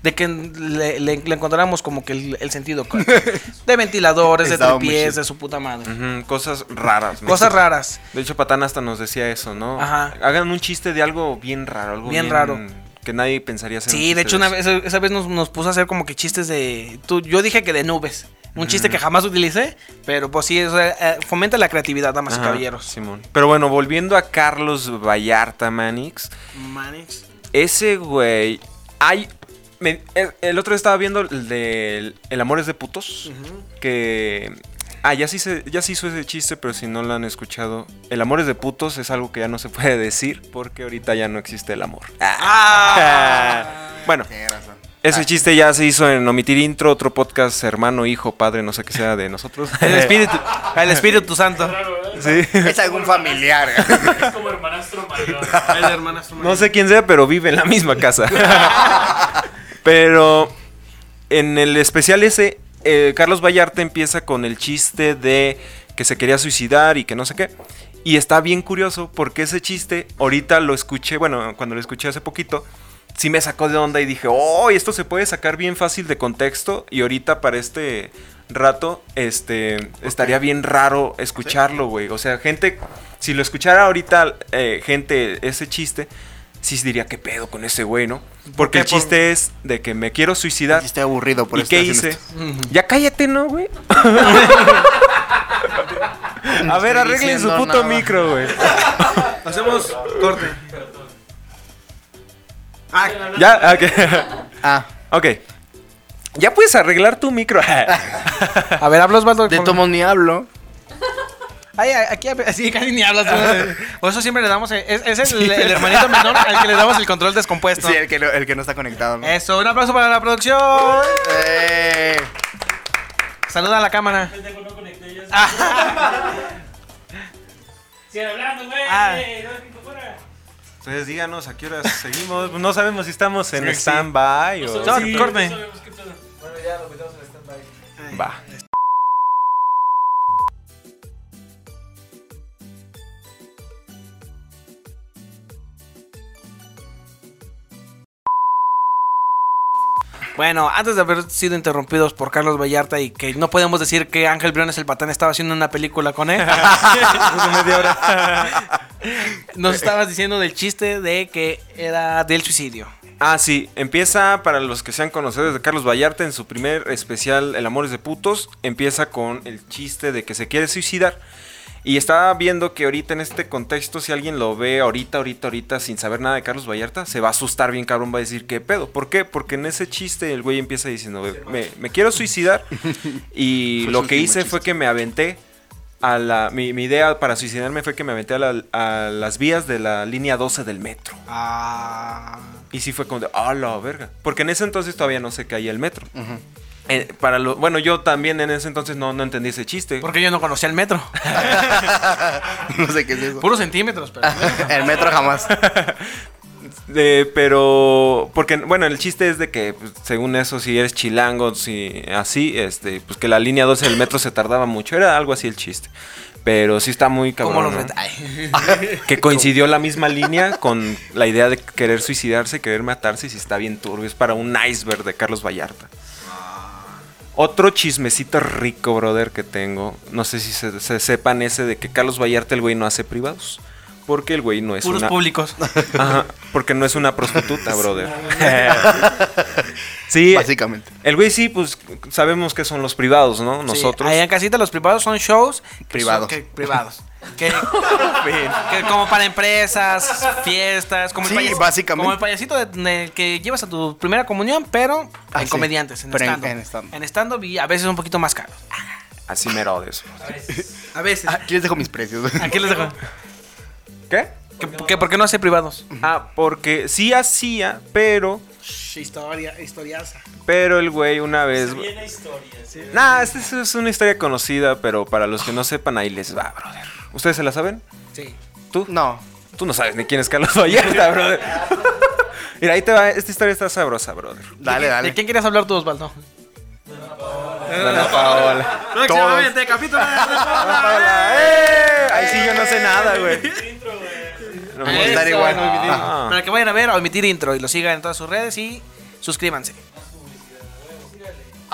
Speaker 5: De que le, le- le encontráramos como que el, el sentido. De ventiladores, de
Speaker 6: Estaba muy
Speaker 5: tripies,
Speaker 6: chido.
Speaker 5: de su puta madre.
Speaker 3: Ujú, cosas raras. ¿no?
Speaker 5: Cosas raras.
Speaker 3: De hecho, Patán hasta nos decía eso, ¿no?
Speaker 5: Ajá.
Speaker 3: Hagan un chiste de algo bien raro, algo
Speaker 5: Bien raro.
Speaker 3: Que nadie pensaría hacer. un
Speaker 5: Sí,
Speaker 3: chiste
Speaker 5: de hecho, una
Speaker 3: eso.
Speaker 5: vez, esa vez nos, nos puso a hacer como que chistes de. tú- yo dije que de nubes. Un chiste que jamás utilicé, pero pues sí, o sea, eh, fomenta la creatividad, damas
Speaker 3: Ajá,
Speaker 5: y caballeros.
Speaker 3: Simón. Pero bueno, volviendo a Carlos Vallarta Manix.
Speaker 5: Manix.
Speaker 3: Ese güey. Hay. me- el, el otro día estaba viendo el de El, Amores de Putos. Que. Ah, ya sí, se, ya se hizo ese chiste, pero si no lo han escuchado. El Amores de Putos es algo que ya no se puede decir porque ahorita ya no existe el amor. Ah. bueno,
Speaker 6: Tiene razón.
Speaker 3: ese chiste ya se hizo en Omitir Intro, otro podcast, hermano, hijo, padre, no sé qué sea de nosotros.
Speaker 5: El espíritu, el espíritu santo.
Speaker 4: Claro, ¿verdad?
Speaker 3: Sí.
Speaker 6: Es algún familiar.
Speaker 4: Es como hermanastro mayor.
Speaker 5: El hermana
Speaker 3: No sé quién sea, pero vive en la misma casa. pero en el especial ese, eh, Carlos Vallarta empieza con el chiste de que se quería suicidar y que no sé qué. Y está bien curioso porque ese chiste, ahorita lo escuché, bueno, cuando lo escuché hace poquito, sí me sacó de onda y dije, oh, esto se puede sacar bien fácil de contexto y ahorita para este rato, este, estaría bien raro escucharlo, güey. O sea, gente, si lo escuchara ahorita, eh, gente, ese chiste, sí diría, ¿qué pedo con ese güey, no? Porque el
Speaker 6: qué? Por-
Speaker 3: chiste es de que me quiero suicidar.
Speaker 6: Estoy aburrido por
Speaker 3: ¿Y
Speaker 6: estar
Speaker 3: qué
Speaker 6: haciendo
Speaker 3: hice?
Speaker 6: esto.
Speaker 3: Ya cállate, ¿no, güey? A ver,
Speaker 6: estoy
Speaker 3: arreglen su
Speaker 6: diciendo
Speaker 3: puto
Speaker 6: nada.
Speaker 3: micro, güey.
Speaker 5: Hacemos corte.
Speaker 3: Ah, Ya, ok.
Speaker 6: Ah,
Speaker 3: ok. Ya puedes arreglar tu micro.
Speaker 5: A ver, habla Osvaldo.
Speaker 6: de
Speaker 5: con-
Speaker 6: Tomos ni hablo.
Speaker 5: Ay, ay, aquí a- sí, casi ni hablas. ¿no? O eso siempre le damos. eh, Es, es el, el hermanito menor al que le damos el control descompuesto.
Speaker 6: Sí, el que, no- el que no está conectado. ¿no?
Speaker 5: Eso, un aplauso para la producción.
Speaker 6: Eh,
Speaker 5: Saluda a la cámara.
Speaker 4: Tengo no conecté ya.
Speaker 5: Ah.
Speaker 4: Sigue hablando, güey.
Speaker 5: Ah.
Speaker 4: No es mi fuera.
Speaker 3: Entonces díganos a qué hora seguimos. No sabemos si estamos en stand-by o...
Speaker 5: Son- corte.
Speaker 4: No sabemos qué pedo.
Speaker 3: Va.
Speaker 5: Bueno, antes de haber sido interrumpidos por Carlos Vallarta y que no podemos decir que Ángel Briones el Patán estaba haciendo una película con él, nos estabas diciendo del chiste de que era del suicidio.
Speaker 3: Ah, sí, empieza para los que sean conocedores de Carlos Vallarta en su primer especial El amor es de putos, empieza con el chiste de que se quiere suicidar. Y estaba viendo que ahorita en este contexto, si alguien lo ve ahorita, ahorita, ahorita, sin saber nada de Carlos Vallarta, se va a asustar bien cabrón, va a decir, ¿qué pedo? ¿Por qué? Porque en ese chiste el güey empieza diciendo, me, me quiero suicidar y
Speaker 6: Fue
Speaker 3: lo
Speaker 6: su
Speaker 3: que
Speaker 6: último
Speaker 3: hice fue
Speaker 6: chiste.
Speaker 3: que me aventé a la. Mi, mi idea para suicidarme fue que me aventé a, la- a las vías de la línea 12 del metro.
Speaker 5: Ah,
Speaker 3: Y sí fue como de, ¡ah, la verga! Porque en ese entonces todavía no se caía el metro. Eh, para lo, bueno, yo también en ese entonces no, no entendí ese chiste.
Speaker 5: Porque yo no conocía el metro.
Speaker 6: no sé qué es eso.
Speaker 5: Puros centímetros, pero.
Speaker 3: Ah,
Speaker 6: El metro jamás.
Speaker 3: Eh, pero, porque, bueno, el chiste es de que, pues, según eso, si eres chilango, si así, este, pues que la línea 12 del metro se tardaba mucho. Era algo así el chiste. Pero sí está muy cabrón.
Speaker 5: Como los
Speaker 3: ¿no?
Speaker 5: Ay.
Speaker 3: Que coincidió la misma línea con la idea de querer suicidarse, querer matarse, si está bien turbio. Es para un iceberg de Carlos Vallarta. Otro chismecito rico, brother, que tengo. No sé si se, se sepan ese de que Carlos Vallarta, el güey, no hace privados. Porque el güey no es
Speaker 5: Puros
Speaker 3: una...
Speaker 5: públicos.
Speaker 3: Ajá, porque no es una prostituta, brother. sí,
Speaker 6: Básicamente.
Speaker 3: el güey sí, pues sabemos que son los privados, ¿no? Nosotros.
Speaker 5: Sí, allá en casita los privados son shows que son-
Speaker 6: Privados.
Speaker 5: que- privados. Que, que como para empresas, fiestas, como
Speaker 6: Sí,
Speaker 5: payas-
Speaker 6: básicamente.
Speaker 5: Como el payasito de, del que llevas a tu primera comunión, pero
Speaker 6: Ah,
Speaker 5: en
Speaker 6: sí.
Speaker 5: comediantes, en
Speaker 6: Pero en-
Speaker 5: stand-up.
Speaker 6: en stand-up.
Speaker 5: En stand-up y a veces un poquito más caro.
Speaker 3: Así mero de eso.
Speaker 5: A veces.
Speaker 6: Aquí les Ah, dejo mis precios.
Speaker 5: Ah, Aquí les dejo.
Speaker 3: ¿Qué?
Speaker 5: Que, que ¿Por qué no hace privados?
Speaker 3: Ah, porque sí hacía, pero
Speaker 5: Historia, historiaza.
Speaker 3: Pero el güey una vez.
Speaker 4: Tiene historias. sí.
Speaker 3: Nah, esta es- es una historia conocida, pero para los que no sepan, ahí les va, brother. ¿Ustedes se la saben?
Speaker 5: Sí.
Speaker 3: ¿Tú?
Speaker 6: No.
Speaker 3: Tú no sabes ni quién es Carlos Vallarta, brother. Mira, ahí te va. Esta historia está sabrosa, brother.
Speaker 6: Dale,
Speaker 5: ¿De
Speaker 6: dale.
Speaker 5: quién querías hablar tú, Osvaldo?
Speaker 3: Dana Paola.
Speaker 6: Próximamente,
Speaker 5: capítulo
Speaker 3: Dana Paola, ¡eh! Ahí sí yo no sé nada, güey. No,
Speaker 6: Vamos a estar
Speaker 5: Eso,
Speaker 6: igual.
Speaker 5: no omitir.
Speaker 3: Ah.
Speaker 5: Para que vayan a ver a omitir intro y lo sigan en todas sus redes y suscríbanse.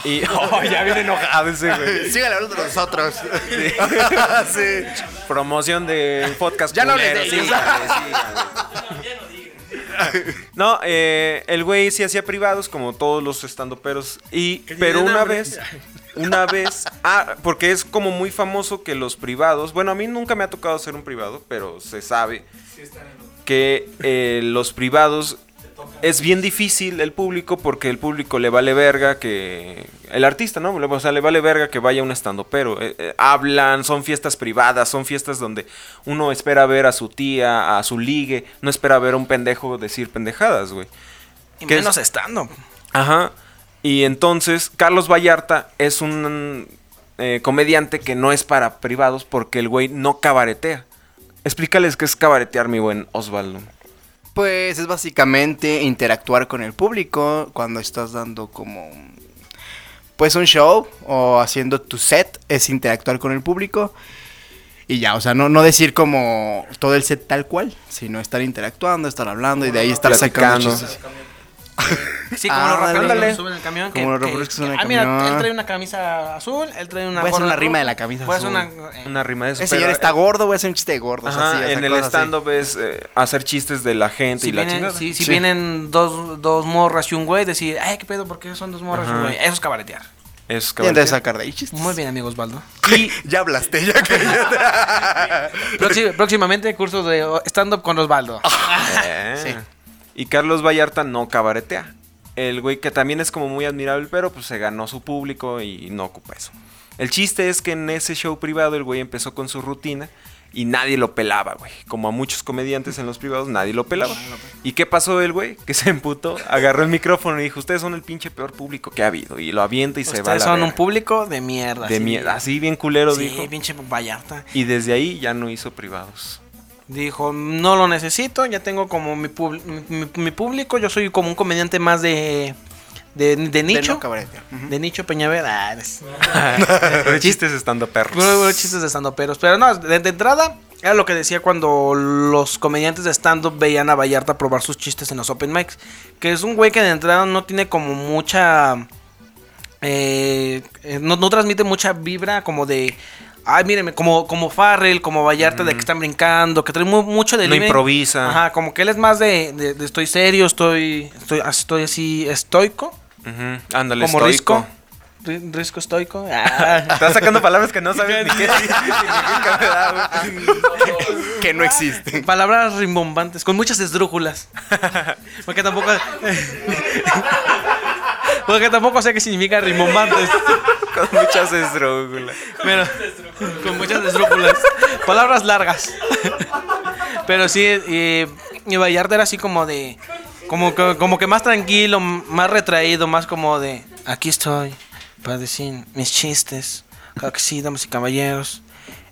Speaker 3: Y oh, ya viene enojado ese, güey.
Speaker 6: Sígale hablando de nosotros. Sí.
Speaker 3: Promoción de podcast.
Speaker 6: Ya no hables
Speaker 3: culero,
Speaker 6: de ellos.
Speaker 3: síganle, síganle. No, eh, el güey sí hacía privados como todos los estandoperos y pero una vez una vez ah porque es como muy famoso que los privados, bueno, a mí nunca me ha tocado hacer un privado, pero se sabe que eh, los privados es bien difícil el público porque el público le vale verga que el artista, ¿no? O sea, le vale verga que vaya un estandopero. Eh, eh, hablan, son fiestas privadas, son fiestas donde uno espera ver a su tía, a su ligue, no espera ver a un pendejo decir pendejadas, güey.
Speaker 5: Y
Speaker 3: ¿Qué es?
Speaker 5: menos estando.
Speaker 3: Ajá. Y entonces, Carlos Vallarta es un eh, comediante que no es para privados porque el güey no cabaretea. Explícales qué es cabaretear, mi buen Osvaldo.
Speaker 6: Pues es básicamente interactuar con el público cuando estás dando como un- pues un show o haciendo tu set, es interactuar con el público. Y ya, o sea, no, no decir como todo el set tal cual, sino estar interactuando, estar hablando y de ahí estar sacando.
Speaker 3: Platicando.
Speaker 6: chistes.
Speaker 5: Sí, como
Speaker 6: Ah,
Speaker 5: los raperos
Speaker 6: ándale.
Speaker 5: que suben el camión.
Speaker 6: Como los raperos que suben el
Speaker 5: ah, mira,
Speaker 6: camión.
Speaker 5: él trae una camisa azul, él trae una.
Speaker 6: Voy a hacer
Speaker 5: gorra
Speaker 6: una
Speaker 5: azul,
Speaker 6: rima de la camisa
Speaker 5: voy a hacer
Speaker 6: azul.
Speaker 5: una- eh,
Speaker 3: Una rima de eso.
Speaker 6: Ese señor
Speaker 3: pero- eh,
Speaker 6: está gordo, voy a hacer un chiste de gordo. o sea,
Speaker 3: Ajá,
Speaker 6: sí, o sea,
Speaker 3: en el
Speaker 6: cosas así.
Speaker 3: stand-up es eh, hacer chistes de la gente
Speaker 5: Si
Speaker 3: y la
Speaker 5: vienen,
Speaker 3: chingada.
Speaker 5: si, si
Speaker 6: Sí.
Speaker 5: vienen dos, dos morras y un güey, decir, ay, qué pedo, ¿por qué son dos morras y un
Speaker 3: Ajá.
Speaker 5: güey? Eso es cabaretear.
Speaker 3: Es
Speaker 6: Y entonces
Speaker 3: cabareteo.
Speaker 6: sacar de ahí chistes.
Speaker 5: Muy bien, amigos Osvaldo.
Speaker 6: Ya hablaste, ya que
Speaker 5: Próxim- próximamente curso de oh, stand-up con Osvaldo.
Speaker 3: Eh.
Speaker 6: Sí.
Speaker 3: Y Carlos Vallarta no cabaretea. El güey que también es como muy admirable, pero pues se ganó su público y no ocupa eso. El chiste es que en ese show privado el güey empezó con su rutina y nadie lo pelaba, güey. Como a muchos comediantes en los privados, nadie lo pelaba. ¿Y qué pasó el güey? Que se emputó, agarró el micrófono y dijo, ustedes son el pinche peor público que ha habido. Y lo avienta y se va a
Speaker 5: Ustedes
Speaker 3: la
Speaker 5: son un
Speaker 3: verga.
Speaker 5: público de mierda.
Speaker 3: De
Speaker 5: sí.
Speaker 3: mierda.
Speaker 6: Ah,
Speaker 3: Así bien culero
Speaker 5: Sí,
Speaker 3: dijo.
Speaker 5: pinche vallarta.
Speaker 3: Y desde ahí ya no hizo privados.
Speaker 5: Dijo, no lo necesito, ya tengo como mi, pub- mi, mi- mi público, yo soy como un comediante más de, de, de
Speaker 6: De
Speaker 5: nicho.
Speaker 6: no cabareteo.
Speaker 5: De, nicho Peñavera. Ah, eres-
Speaker 3: Pero chistes estando perros.
Speaker 5: Puro- puro chistes de stand pero no, de, de entrada era lo que decía cuando los comediantes de stand-up veían a Vallarta probar sus chistes en los open mics. Que es un güey que de entrada no tiene como mucha... eh, eh, no, no transmite mucha vibra como de... Ay, mírenme, como, como Farrell, como Vallarta, de que están brincando, que trae mu- mucho de...
Speaker 3: No
Speaker 5: libre.
Speaker 3: improvisa.
Speaker 5: Ajá, como que él es más de, de- de estoy serio, estoy, estoy, estoy así estoico,
Speaker 3: Ujú, Ándale,
Speaker 5: como
Speaker 3: estoico.
Speaker 5: Risco. Ri- Risco estoico. Ah.
Speaker 3: Estás sacando palabras que no sabes ni qué significan, ¿verdad, güey?
Speaker 6: Que no existe.
Speaker 5: Palabras rimbombantes, con muchas esdrújulas. Porque tampoco. Porque tampoco sé qué significa rimbombantes.
Speaker 3: Con muchas esdrújulas.
Speaker 5: Pero, Con muchas esdrújulas. Palabras largas. Pero sí, eh, y Vallarta era así como de. Como que, como que más tranquilo, más retraído, más como de. Aquí estoy para decir mis chistes. Claro que sí, damas y caballeros.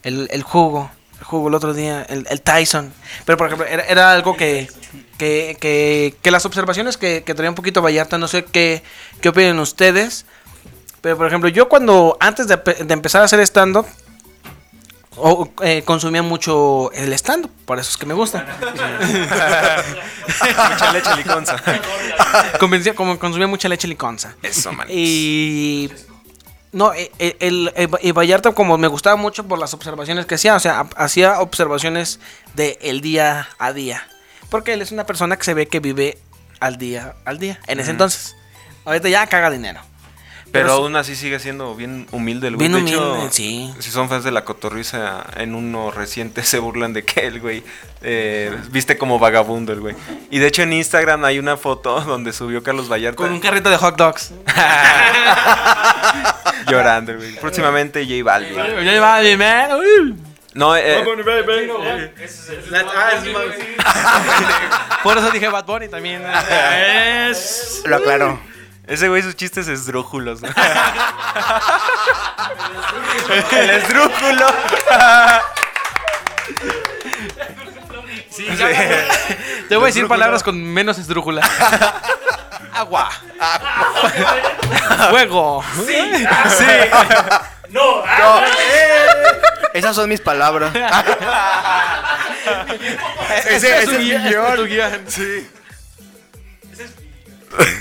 Speaker 5: El, el jugo, el jugo el otro día, el, el Tyson. Pero por ejemplo, era, era algo que. Que, que, que las observaciones que, que traía un poquito Vallarta, no sé qué, qué opinan ustedes, pero, por ejemplo, yo cuando, antes de, de empezar a hacer stand-up, o- eh, consumía mucho el stand-up, por eso es que me gusta.
Speaker 3: Mucha leche liconza.
Speaker 5: Convencía- como consumía mucha leche liconza.
Speaker 3: Eso, man.
Speaker 5: Y. No, eh, eh, el, eh, Va- eh, Vallarta, como me gustaba mucho por las observaciones que hacía, o sea, ha- hacía observaciones del el día a día. Porque él es una persona que se ve que vive al día al día, en ese entonces. Ahorita ya caga dinero.
Speaker 3: Pero
Speaker 5: sí-
Speaker 3: aún así sigue siendo bien humilde el güey.
Speaker 5: Bien
Speaker 3: De hecho,
Speaker 5: humilde, sí.
Speaker 3: Si son fans de la cotorriza, en uno reciente se burlan de que el güey eh, viste como vagabundo el güey. Y de hecho en Instagram hay una foto donde subió Carlos Vallarta
Speaker 5: Con un carrito de hot dogs.
Speaker 3: llorando el güey. Próximamente J Balvin.
Speaker 5: Yo llevaba mi me- uy.
Speaker 3: No, eh,
Speaker 5: ah, Por eso dije Bad Bunny también. Es-
Speaker 6: Lo aclaró.
Speaker 3: ese güey sus chistes esdrújulos. ¿no? el esdrújulo.
Speaker 5: Te voy a decir palabras con menos esdrújula. Agua. Fuego.
Speaker 4: No, ah,
Speaker 6: No, ¡eh! Esas son mis palabras. ese, ese es mi guión. Sí.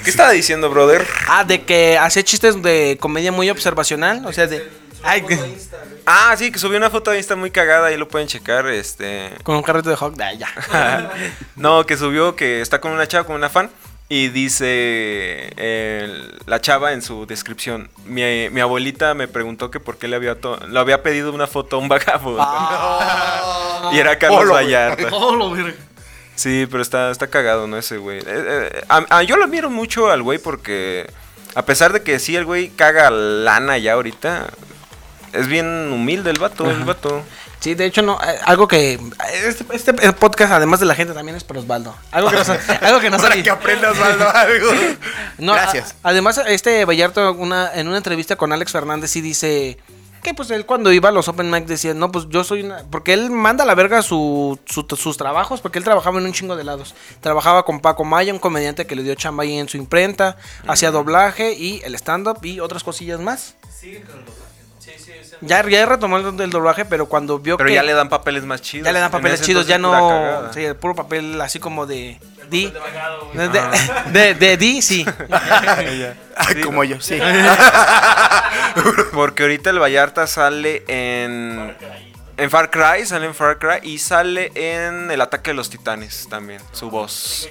Speaker 3: ¿Qué estaba diciendo, brother?
Speaker 5: Ah, de que hace chistes de comedia muy observacional. O sea, de. Ay, que-
Speaker 3: Ah, sí, que subió una foto de Insta muy cagada, ahí lo pueden checar, este...
Speaker 5: con un carrito de hot dog. Ya.
Speaker 3: no, que subió que está con una chava, con una fan. Y dice eh, la chava en su descripción, mi, mi abuelita me preguntó que por qué le había, to- le había pedido una foto a un vagabundo.
Speaker 5: Ah.
Speaker 3: Y era Carlos
Speaker 6: Polo, güey.
Speaker 3: Vallarta. Sí, pero está, está cagado, ¿no? Ese güey. Eh, eh, a- a- yo lo admiro mucho al güey porque, a pesar de que sí, el güey caga lana ya ahorita, es bien humilde el vato, el vato.
Speaker 5: Sí, de hecho, no, eh, algo que. Este, este podcast, además de la gente, también es para Osvaldo. Algo que nos, algo que nos
Speaker 6: Para
Speaker 5: ha-
Speaker 6: que aprendas Valdo, algo.
Speaker 5: No,
Speaker 3: ah,
Speaker 6: Gracias.
Speaker 5: a- además, este Vallarta una, en una entrevista con Alex Fernández sí dice que pues él cuando iba a los Open Mic decía, no, pues yo soy una... Porque él manda a la verga su, su- sus trabajos, porque él trabajaba en un chingo de lados. Trabajaba con Paco Maya, un comediante que le dio chamba ahí en su imprenta, hacía doblaje y el stand-up y otras cosillas más. Ya, ya retomó el, el doblaje, pero cuando vio
Speaker 3: Pero
Speaker 5: que...
Speaker 3: ya le dan papeles más chidos.
Speaker 5: ya le dan
Speaker 3: En
Speaker 5: papeles
Speaker 3: ese
Speaker 5: chidos, ya
Speaker 3: entonces, pura
Speaker 5: no...
Speaker 3: cagada.
Speaker 5: Sí, puro papel así como de... Di. De, de,
Speaker 3: Ah.
Speaker 5: de- de di, sí.
Speaker 6: Ah, como yo, sí.
Speaker 3: Porque ahorita el Vallarta sale en. En Far Cry, sale en Far Cry y sale en El ataque de los titanes también, su voz.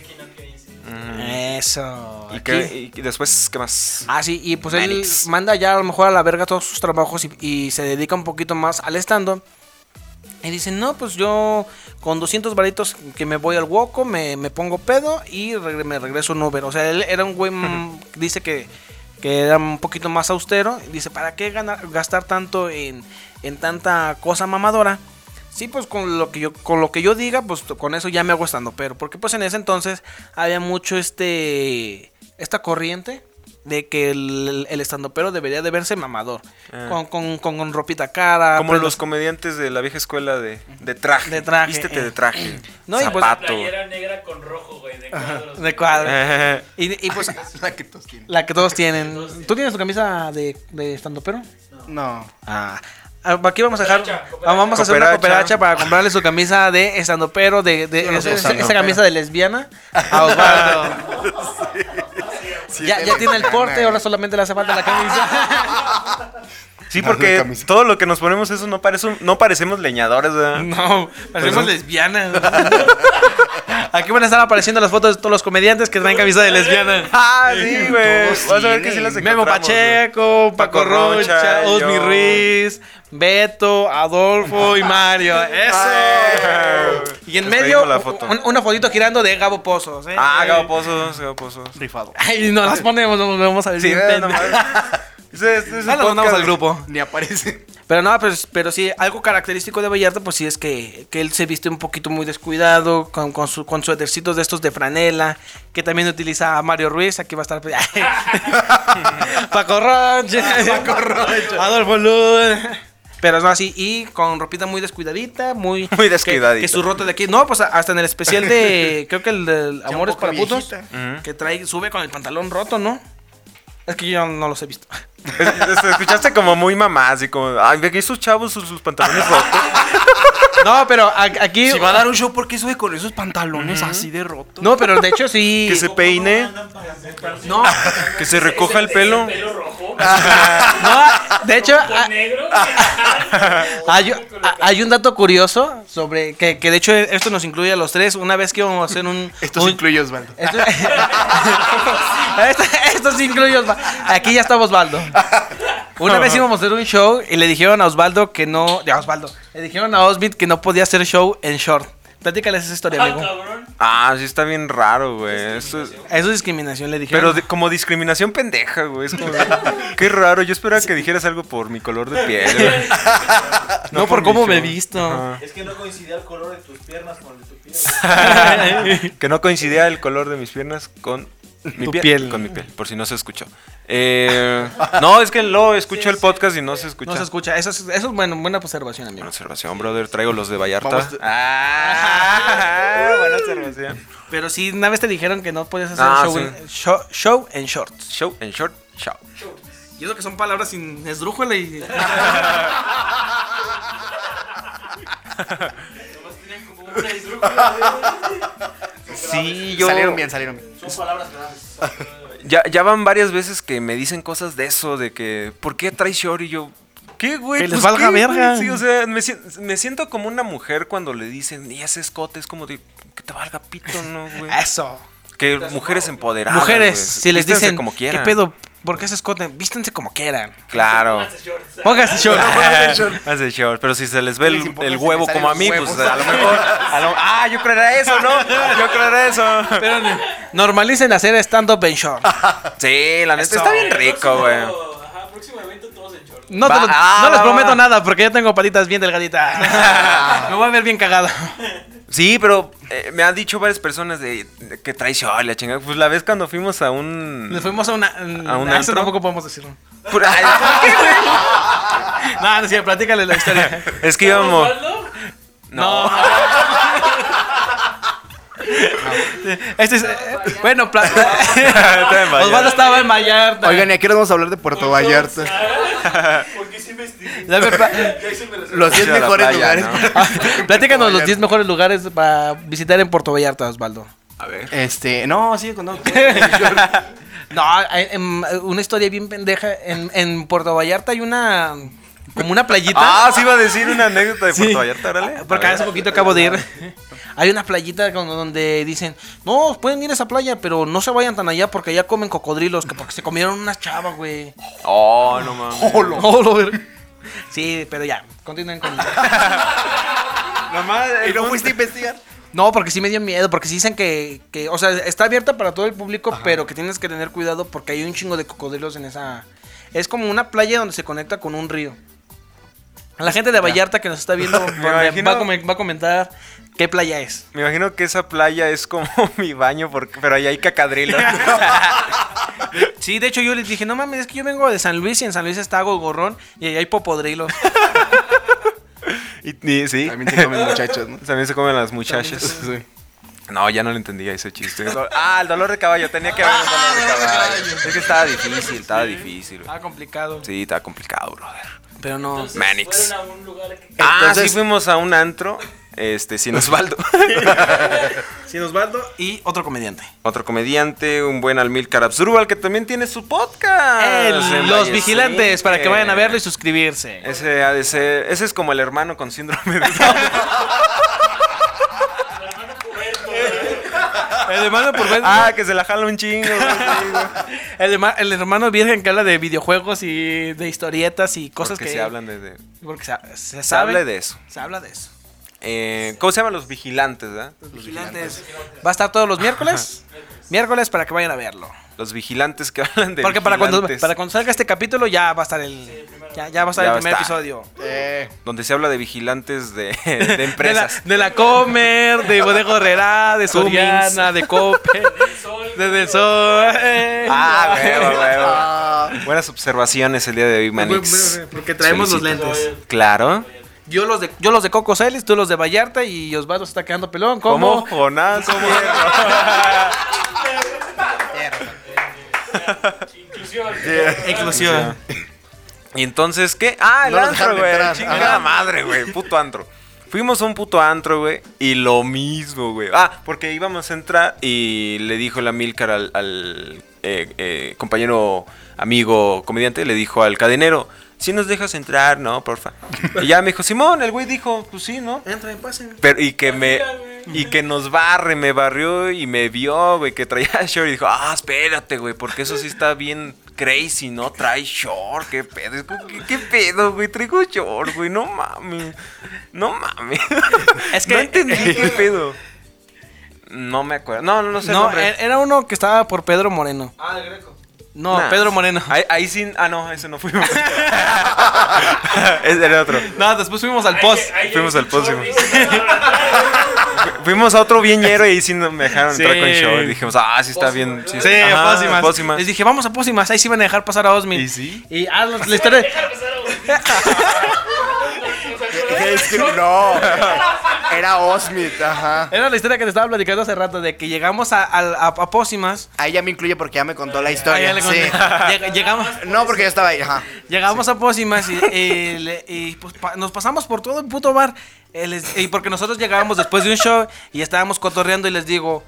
Speaker 5: Eso.
Speaker 3: Mm. ¿Y,
Speaker 5: aquí.
Speaker 3: qué- y- y después qué más?
Speaker 5: Ah, sí, y pues
Speaker 3: Manix.
Speaker 5: él manda ya a lo mejor a la verga todos sus trabajos y, y se dedica un poquito más al stand-up. Y dice, no, pues yo con 200 varitos que me voy al hueco, me, me pongo pedo y regre- me regreso un Uber. O sea, él era un güey, mm, dice que, que era un poquito más austero. Y dice, ¿para qué ganar- gastar tanto en, en tanta cosa mamadora? Sí, pues con lo que yo con lo que yo diga, pues t- con eso ya me hago estando, pero porque pues en ese entonces había mucho este esta corriente de que el, el estandopero debería de verse mamador,
Speaker 3: Ah.
Speaker 5: con, con, con, con ropita cara,
Speaker 3: Como
Speaker 5: prendas-
Speaker 3: los comediantes de la vieja escuela de, de traje.
Speaker 5: De traje,
Speaker 3: Vístete
Speaker 5: eh.
Speaker 3: de traje.
Speaker 5: No, y pues-
Speaker 3: zapato.
Speaker 4: Playera negra con rojo, güey, de cuadros.
Speaker 5: de cuadro.
Speaker 3: Eh,
Speaker 5: Y, y, pues
Speaker 6: La que todos tienen.
Speaker 5: la que todos titienen. ¿Tú tienes tu camisa de, de estandopero?
Speaker 6: No.
Speaker 5: Ah. Ah, Aquí vamos a dejar, ah,
Speaker 4: Cooperacha,
Speaker 5: vamos a hacer una
Speaker 3: cooperacha.
Speaker 5: cooperacha para comprarle su camisa de estandopero, de, de,
Speaker 6: Yo no soy
Speaker 5: esa- esa,
Speaker 6: estandopero.
Speaker 5: camisa de lesbiana a Ah, Osvaldo.
Speaker 6: Sí,
Speaker 5: Ya, ya
Speaker 6: tengo
Speaker 5: tiene el
Speaker 6: ganas.
Speaker 5: corte, ahora solamente le hace falta la camisa.
Speaker 3: sí,
Speaker 6: No, de
Speaker 3: porque
Speaker 6: camisa.
Speaker 3: todo lo que nos ponemos eso no, parece un- no parecemos leñadores, ¿verdad?
Speaker 5: No,
Speaker 3: Pues
Speaker 5: parecemos
Speaker 3: no.
Speaker 5: lesbianas. Aquí van a estar apareciendo las fotos de todos los comediantes que traen camisa de lesbiana.
Speaker 3: Ah, sí, güey.
Speaker 6: Todos
Speaker 3: Vas a ver que sí
Speaker 6: tienen.
Speaker 3: las
Speaker 5: Memo
Speaker 3: encontramos, güey.
Speaker 5: Pacheco, Paco
Speaker 3: Paco Rocha,
Speaker 5: Rocha, Osmi
Speaker 3: yo.
Speaker 5: Ruiz, Beto, Adolfo y Mario. ¡Eso!
Speaker 3: Ay,
Speaker 5: Y en
Speaker 3: les
Speaker 5: medio,
Speaker 3: pedimos la foto.
Speaker 5: un- una fotito girando de Gabo Pozos. ¿eh?
Speaker 3: Ah, Gabo Pozos, Gabo Pozos.
Speaker 6: Rifado.
Speaker 5: Ay, no las ponemos, nos vamos a ver.
Speaker 3: Sí,
Speaker 5: bien
Speaker 3: ve
Speaker 5: pendejos.
Speaker 3: nomás. Ese- ese es
Speaker 5: Ah,
Speaker 3: un
Speaker 5: lo mandamos
Speaker 3: podcast-
Speaker 5: al grupo.
Speaker 6: Ni aparece.
Speaker 5: Pero no, pero, pero sí, algo característico de Vallarta, pues sí es que, que él se viste un poquito muy descuidado, con, con, su, con suétercitos de estos de franela, que también utiliza a Mario Ruiz, aquí va a estar... pues, Paco Roche. Paco Roche. Adolfo Luz. Pero no así, y con ropita muy descuidadita, muy...
Speaker 3: Muy
Speaker 5: que-
Speaker 3: descuidadita.
Speaker 5: Que, su rota de aquí... No, pues hasta en el especial de... creo que el de
Speaker 6: un
Speaker 5: Amores
Speaker 6: poco
Speaker 5: para putos,
Speaker 6: viejita.
Speaker 5: que trae, sube con el pantalón roto, ¿no? Es que yo no los he visto.
Speaker 3: Es- es- Escuchaste como muy mamá, así como, ay, ve que esos chavos, sus, sus pantalones rotos.
Speaker 5: No, pero a- aquí...
Speaker 6: Si va a dar un show, ¿por qué sube con esos pantalones así de roto?
Speaker 5: No, pero de hecho sí.
Speaker 3: Que se peine,
Speaker 5: No,
Speaker 3: que se recoja el pelo.
Speaker 4: Pelo rojo.
Speaker 5: no, de hecho
Speaker 4: con
Speaker 3: ah,
Speaker 5: a-
Speaker 4: negro.
Speaker 5: hay, a- hay un dato curioso sobre que, que de hecho esto nos incluye a los tres. Una vez que íbamos a hacer un...
Speaker 6: Esto
Speaker 5: un-
Speaker 6: se incluye Osvaldo.
Speaker 5: Esto, esto, esto sí incluye Osvaldo. Aquí ya está Osvaldo. Una vez íbamos a hacer un show y le dijeron a Osvaldo que no... Ya, Osvaldo. Le dijeron a Osbit que no podía hacer show en short. Platícales esa historia,
Speaker 4: Ah,
Speaker 5: amigo.
Speaker 4: cabrón.
Speaker 3: Ah, sí está bien raro, güey. Eso es-
Speaker 5: Eso es discriminación, le dijeron.
Speaker 3: Pero de- como discriminación pendeja, güey. Es como, qué raro. Yo esperaba que dijeras algo por mi color de piel. güey. no
Speaker 5: no, por
Speaker 3: por
Speaker 5: cómo
Speaker 3: mi
Speaker 5: me he
Speaker 3: show.
Speaker 5: visto.
Speaker 9: Es que no coincidía el color de tus piernas con el de tu piel.
Speaker 3: que no coincidía el color de mis piernas con mi
Speaker 5: Tu
Speaker 3: piel,
Speaker 5: piel.
Speaker 3: Con mi piel, por si no se escuchó. Eh, no, es que luego escucho el podcast y no se escucha.
Speaker 5: No se escucha. Eso es, eso es bueno, buena observación, amigo.
Speaker 3: Buena observación, brother. Traigo los de Vallarta.
Speaker 6: Vamos-
Speaker 3: Ah, buena observación.
Speaker 5: Pero sí, una vez te dijeron que no podías hacer
Speaker 3: Ah,
Speaker 5: show,
Speaker 3: sí.
Speaker 5: en, show, show en shorts.
Speaker 3: Show and short, show.
Speaker 5: Y eso que son palabras sin esdrújula y...
Speaker 4: Nomás tienen como una disrupción.
Speaker 3: Sí, yo.
Speaker 6: Salieron bien, salieron bien.
Speaker 9: Son palabras grandes.
Speaker 3: Ya, ya van varias veces que me dicen cosas de eso, de que, ¿por qué traes short? Y yo, ¿qué, güey?
Speaker 5: Que les
Speaker 3: Pues,
Speaker 5: valga
Speaker 3: ¿qué, güey?
Speaker 5: verga.
Speaker 3: Sí, o sea, me, si- me siento como una mujer cuando le dicen, y ese escote, es como de, que te valga pito, ¿no, güey?
Speaker 5: Eso.
Speaker 3: Que mujeres empoderadas.
Speaker 5: Mujeres,
Speaker 3: güey.
Speaker 5: si
Speaker 3: Ah, pues,
Speaker 5: les
Speaker 3: Vístanse
Speaker 5: dicen,
Speaker 3: como
Speaker 5: ¿qué
Speaker 3: quieran.
Speaker 5: pedo? ¿Por qué se escoten? Vístense como quieran.
Speaker 3: Claro.
Speaker 4: Shorts.
Speaker 5: Pónganse shorts.
Speaker 3: Hace short, pero si se les ve
Speaker 6: Les
Speaker 3: el,
Speaker 6: importa
Speaker 3: el
Speaker 6: si les
Speaker 3: huevo
Speaker 6: salen
Speaker 3: como a
Speaker 6: los
Speaker 3: mí,
Speaker 6: huevos.
Speaker 3: pues a lo mejor. a lo- ah, yo creeré eso, ¿no? Yo creeré eso.
Speaker 5: Espérame. Normalicen hacer stand-up en short.
Speaker 3: Ah, Sí, la neta está bien rico, güey.
Speaker 4: Próximo- Ajá, próximo evento todos en shorts.
Speaker 5: No, te
Speaker 3: Va-
Speaker 5: lo-
Speaker 3: ah,
Speaker 5: no les
Speaker 3: va,
Speaker 5: prometo
Speaker 3: va.
Speaker 5: nada porque yo tengo patitas bien delgaditas. Me voy a ver bien cagado.
Speaker 3: Sí, pero eh, me han dicho varias personas de, de que traes short, la chingada. Pues la vez cuando fuimos a
Speaker 5: Nos
Speaker 3: un.
Speaker 5: fuimos a una...
Speaker 3: ¿A un
Speaker 5: eso
Speaker 3: antro?
Speaker 5: tampoco podemos decirlo.
Speaker 3: Por- ay, ¿por qué, güey?
Speaker 5: No, no, sí, platícale la historia.
Speaker 3: es que íbamos.
Speaker 4: Osvaldo,
Speaker 3: No.
Speaker 5: Este es, bueno, pla-
Speaker 3: Está en Vallarta.
Speaker 5: Osvaldo estaba en Vallarta.
Speaker 6: Oigan, ¿y a qué hora vamos a hablar de Puerto Vallarta?
Speaker 4: Ah,
Speaker 9: Porque sí me estiré.
Speaker 5: Dame pla-
Speaker 9: Ahí se me les-
Speaker 6: Los 10
Speaker 3: Sí, a la
Speaker 6: mejores
Speaker 3: playa,
Speaker 6: lugares.
Speaker 3: ¿no?
Speaker 5: Ah, Platícanos los 10 mejores lugares para visitar en Puerto Vallarta, Osvaldo.
Speaker 6: Este, no, sigue con no.
Speaker 5: No, hay, em, una historia bien pendeja. En, en Puerto Vallarta hay una. como una playita.
Speaker 3: Ah, sí iba a decir una anécdota de Puerto Vallarta, órale.
Speaker 5: Ah, Porque
Speaker 3: A ver.
Speaker 5: hace poquito acabo de ir. Hay una playita con- donde dicen, no, pueden ir a esa playa, pero no se vayan tan allá porque allá comen cocodrilos, que porque se comieron unas chavas, güey.
Speaker 3: Oh, no mames.
Speaker 5: Oh, lo ver- Sí, pero ya, continúen con...
Speaker 3: Nomás, eh,
Speaker 6: ¿Y
Speaker 3: el
Speaker 6: no
Speaker 3: punto-
Speaker 6: fuiste a investigar?
Speaker 5: No, porque sí me dio miedo, porque sí dicen que, que, o sea, está abierta para todo el público, pero que tienes que tener cuidado porque hay un chingo de cocodrilos en esa... Es como una playa donde se conecta con un río. A la gente de Vallarta que nos está viendo va,
Speaker 3: imagino-
Speaker 5: a come- va a comentar qué playa es.
Speaker 3: Me imagino que esa playa es como mi baño, porque, pero ahí hay cacadrilos.
Speaker 5: Sí, de hecho yo les dije, no mames, es que yo vengo de San Luis y en San Luis está Gorrón y ahí hay popodrilos.
Speaker 3: y, y- sí,
Speaker 6: También se comen muchachos, ¿no?
Speaker 3: también se comen las muchachas.
Speaker 6: Sí.
Speaker 3: No, ya no le entendía ese chiste. Ah, el dolor de caballo, tenía que haber Ah, el dolor de caballo. Es que estaba difícil, estaba difícil. güey.
Speaker 5: Está complicado.
Speaker 3: Sí, estaba Ah, complicado, brother.
Speaker 5: Pero no.
Speaker 4: entonces,
Speaker 3: Manix.
Speaker 4: Fueron a un lugar que
Speaker 3: ah, sí
Speaker 6: Entonces-
Speaker 3: fuimos a un antro, este, sin Osvaldo.
Speaker 5: Sin Osvaldo y otro comediante.
Speaker 3: Otro comediante, un buen Almilcar Absurdal, que también tiene su podcast. en
Speaker 5: Eh, los
Speaker 3: Valle
Speaker 5: vigilantes, para que
Speaker 3: Cinque.
Speaker 5: vayan a verlo y suscribirse.
Speaker 3: Ese ha de ser- ese es como el hermano con síndrome de Down.
Speaker 5: El hermano, por ver-
Speaker 3: Ah, que se la jala un chingo. güey.
Speaker 5: el, herma- el hermano virgen que habla de videojuegos y de historietas y cosas
Speaker 3: Porque
Speaker 5: que
Speaker 3: se hablan de... de-
Speaker 5: Porque se, se
Speaker 3: se
Speaker 5: sabe.
Speaker 3: habla de eso.
Speaker 5: Se habla de eso.
Speaker 3: Eh, ¿Cómo se llaman los vigilantes, verdad?
Speaker 5: Los vigilantes. Va a estar todos los miércoles. Miércoles, Miércoles para que vayan a verlo.
Speaker 3: Los vigilantes que hablan de
Speaker 5: Porque para cuando,
Speaker 3: vigilantes,
Speaker 5: para cuando salga este capítulo ya va a estar el, ya, ya va a estar
Speaker 3: Ya va a
Speaker 5: el primer
Speaker 3: estar.
Speaker 5: episodio.
Speaker 6: Eh,
Speaker 3: Donde se habla de vigilantes de, de
Speaker 5: De la,
Speaker 3: empresas.
Speaker 5: de la Comer, de Bodega Herrera, de Soriana, de Coppel, de Del Sol. eh.
Speaker 3: Ah, huevo, huevo.
Speaker 6: ah,
Speaker 3: Buenas observaciones el día de hoy, Manix.
Speaker 5: Porque traemos los
Speaker 3: Solicito.
Speaker 5: lentes.
Speaker 3: Claro.
Speaker 5: Yo los de, yo los de Coco Celis, tú los de Vallarta y Osvaldo se está quedando pelón. ¿Cómo?
Speaker 3: ¿Cómo? Jonás, ¿Cómo?
Speaker 4: Inclusión.
Speaker 6: eh.
Speaker 5: Exclusión.
Speaker 3: Y entonces, ¿qué? Ah,
Speaker 6: pues
Speaker 3: el
Speaker 6: No los
Speaker 3: antro,
Speaker 6: dejaron
Speaker 3: güey.
Speaker 6: entrar.
Speaker 3: Chingada
Speaker 6: Ajá.
Speaker 3: madre, güey. Puto antro. Fuimos a un puto antro, güey. Y lo mismo, güey. Ah, porque íbamos a entrar y le dijo la Milcar al, al, eh, eh, compañero, amigo, comediante, le dijo al cadenero, si nos dejas entrar, no, porfa. Y ya me dijo, Simón, el güey dijo, pues sí, ¿no?
Speaker 5: Entren, pasen.
Speaker 3: Pero, y que me. Y que nos barre, me barrió y me vio, güey, que traía short. Y dijo, ah, espérate, güey, porque eso sí está bien crazy, ¿no? Trae short, qué pedo. Es como, ¿qué, qué pedo, güey? Traigo short, güey, no mames. No mames.
Speaker 5: Es que-
Speaker 3: No entendí qué pedo. No me acuerdo. No, no, no sé. el
Speaker 5: No,
Speaker 3: nombre.
Speaker 5: er- era uno que estaba por Pedro Moreno.
Speaker 9: Ah, de Greco.
Speaker 5: No,
Speaker 3: Nah.
Speaker 5: Pedro Moreno.
Speaker 3: Ahí, ahí sí. Ah, no, ese no fuimos. ese era otro.
Speaker 5: No, después fuimos al
Speaker 4: Ahí-
Speaker 5: post.
Speaker 4: ahí
Speaker 3: Fuimos
Speaker 4: llegó
Speaker 3: al post,
Speaker 4: Jordi.
Speaker 3: Fuimos a otro bien ñero y ahí sí no- me dejaron entrar
Speaker 5: Sí.
Speaker 3: con short. Dijimos, ah, sí está bien. Sí,
Speaker 5: Sí,
Speaker 3: Ajá,
Speaker 5: Eh, pósimas.
Speaker 3: pósimas.
Speaker 5: Les dije, vamos a Pósimas. Ahí sí van a dejar pasar a Osmin.
Speaker 3: ¿Y sí?
Speaker 5: Y ah, los- la historia.
Speaker 4: Déjalo pasar, güey.
Speaker 6: es que no. Era Osmit, ajá.
Speaker 5: Era la historia que te estaba platicando hace rato de que llegamos a, a, a- a Pósimas.
Speaker 6: Ahí ya me incluye porque ya me contó la
Speaker 5: Ah, ya
Speaker 6: historia.
Speaker 5: le
Speaker 6: sí.
Speaker 5: conté. Lleg- llegamos,
Speaker 6: No, porque yo estaba ahí, ajá.
Speaker 5: llegamos a Pósimas y, y le- y, pues, pa- nos pasamos por todo el puto bar. Eh, les- Y porque nosotros llegábamos después de un show y estábamos cotorreando y les digo.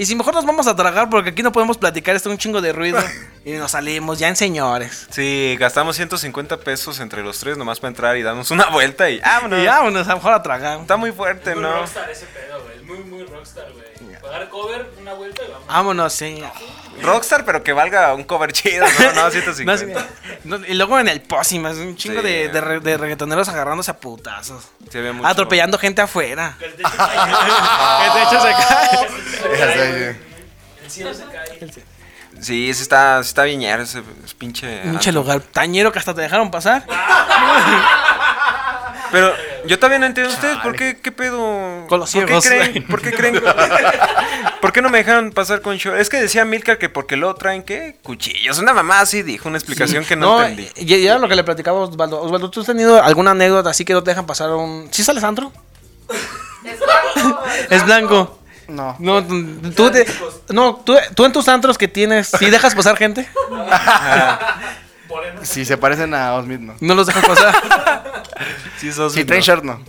Speaker 5: Y si mejor nos vamos a tragar porque aquí no podemos platicar, está un chingo de ruido. Y nos salimos, ya en señores.
Speaker 3: Sí, gastamos 150 pesos entre los tres nomás para entrar y damos una vuelta y vámonos.
Speaker 5: Y vámonos, a lo mejor a tragar.
Speaker 3: Está muy fuerte,
Speaker 4: Muy
Speaker 3: ¿no?
Speaker 4: rockstar ese pedo, güey. Es muy, muy rockstar, güey. Pagar cover, una vuelta y vamos.
Speaker 5: Vámonos, sí.
Speaker 3: Rockstar, pero que valga un cover chido, ¿no? No, 150.
Speaker 5: No, sí, no, y luego en el pósimas, un chingo
Speaker 3: Sí.
Speaker 5: de, de re- de reggaetoneros agarrándose a putazos.
Speaker 3: Sí, había mucho-
Speaker 5: Atropellando gente afuera.
Speaker 4: El techo se cae.
Speaker 5: De hecho, se cae.
Speaker 4: El cielo se cae.
Speaker 3: Sí, sí está, sí está bien ñero ese, ese pinche.
Speaker 5: Pinche lugar tañero que hasta te dejaron pasar.
Speaker 3: Pero yo también no entiendo ustedes por qué, qué pedo.
Speaker 5: Con los
Speaker 3: ¿Por qué
Speaker 5: ciegos, güey.
Speaker 3: creen? ¿Por qué creen? ¿Por qué no me dejaron pasar con short? Es que decía Milka que porque luego traen qué? Cuchillos. Una mamá así dijo una explicación que no, entendí.
Speaker 5: Y, y era lo que le platicaba a Osvaldo. Osvaldo, ¿tú has tenido alguna anécdota así que no te dejan pasar un. ¿Sí es Alejandro? Es blanco.
Speaker 6: No.
Speaker 5: No, tú, te- no tú, tú en tus antros que tienes, ¿sí dejas pasar gente?
Speaker 6: Si se parecen a Osmit, no.
Speaker 5: No los dejas pasar.
Speaker 3: Sí, esos
Speaker 6: Si traen short, no.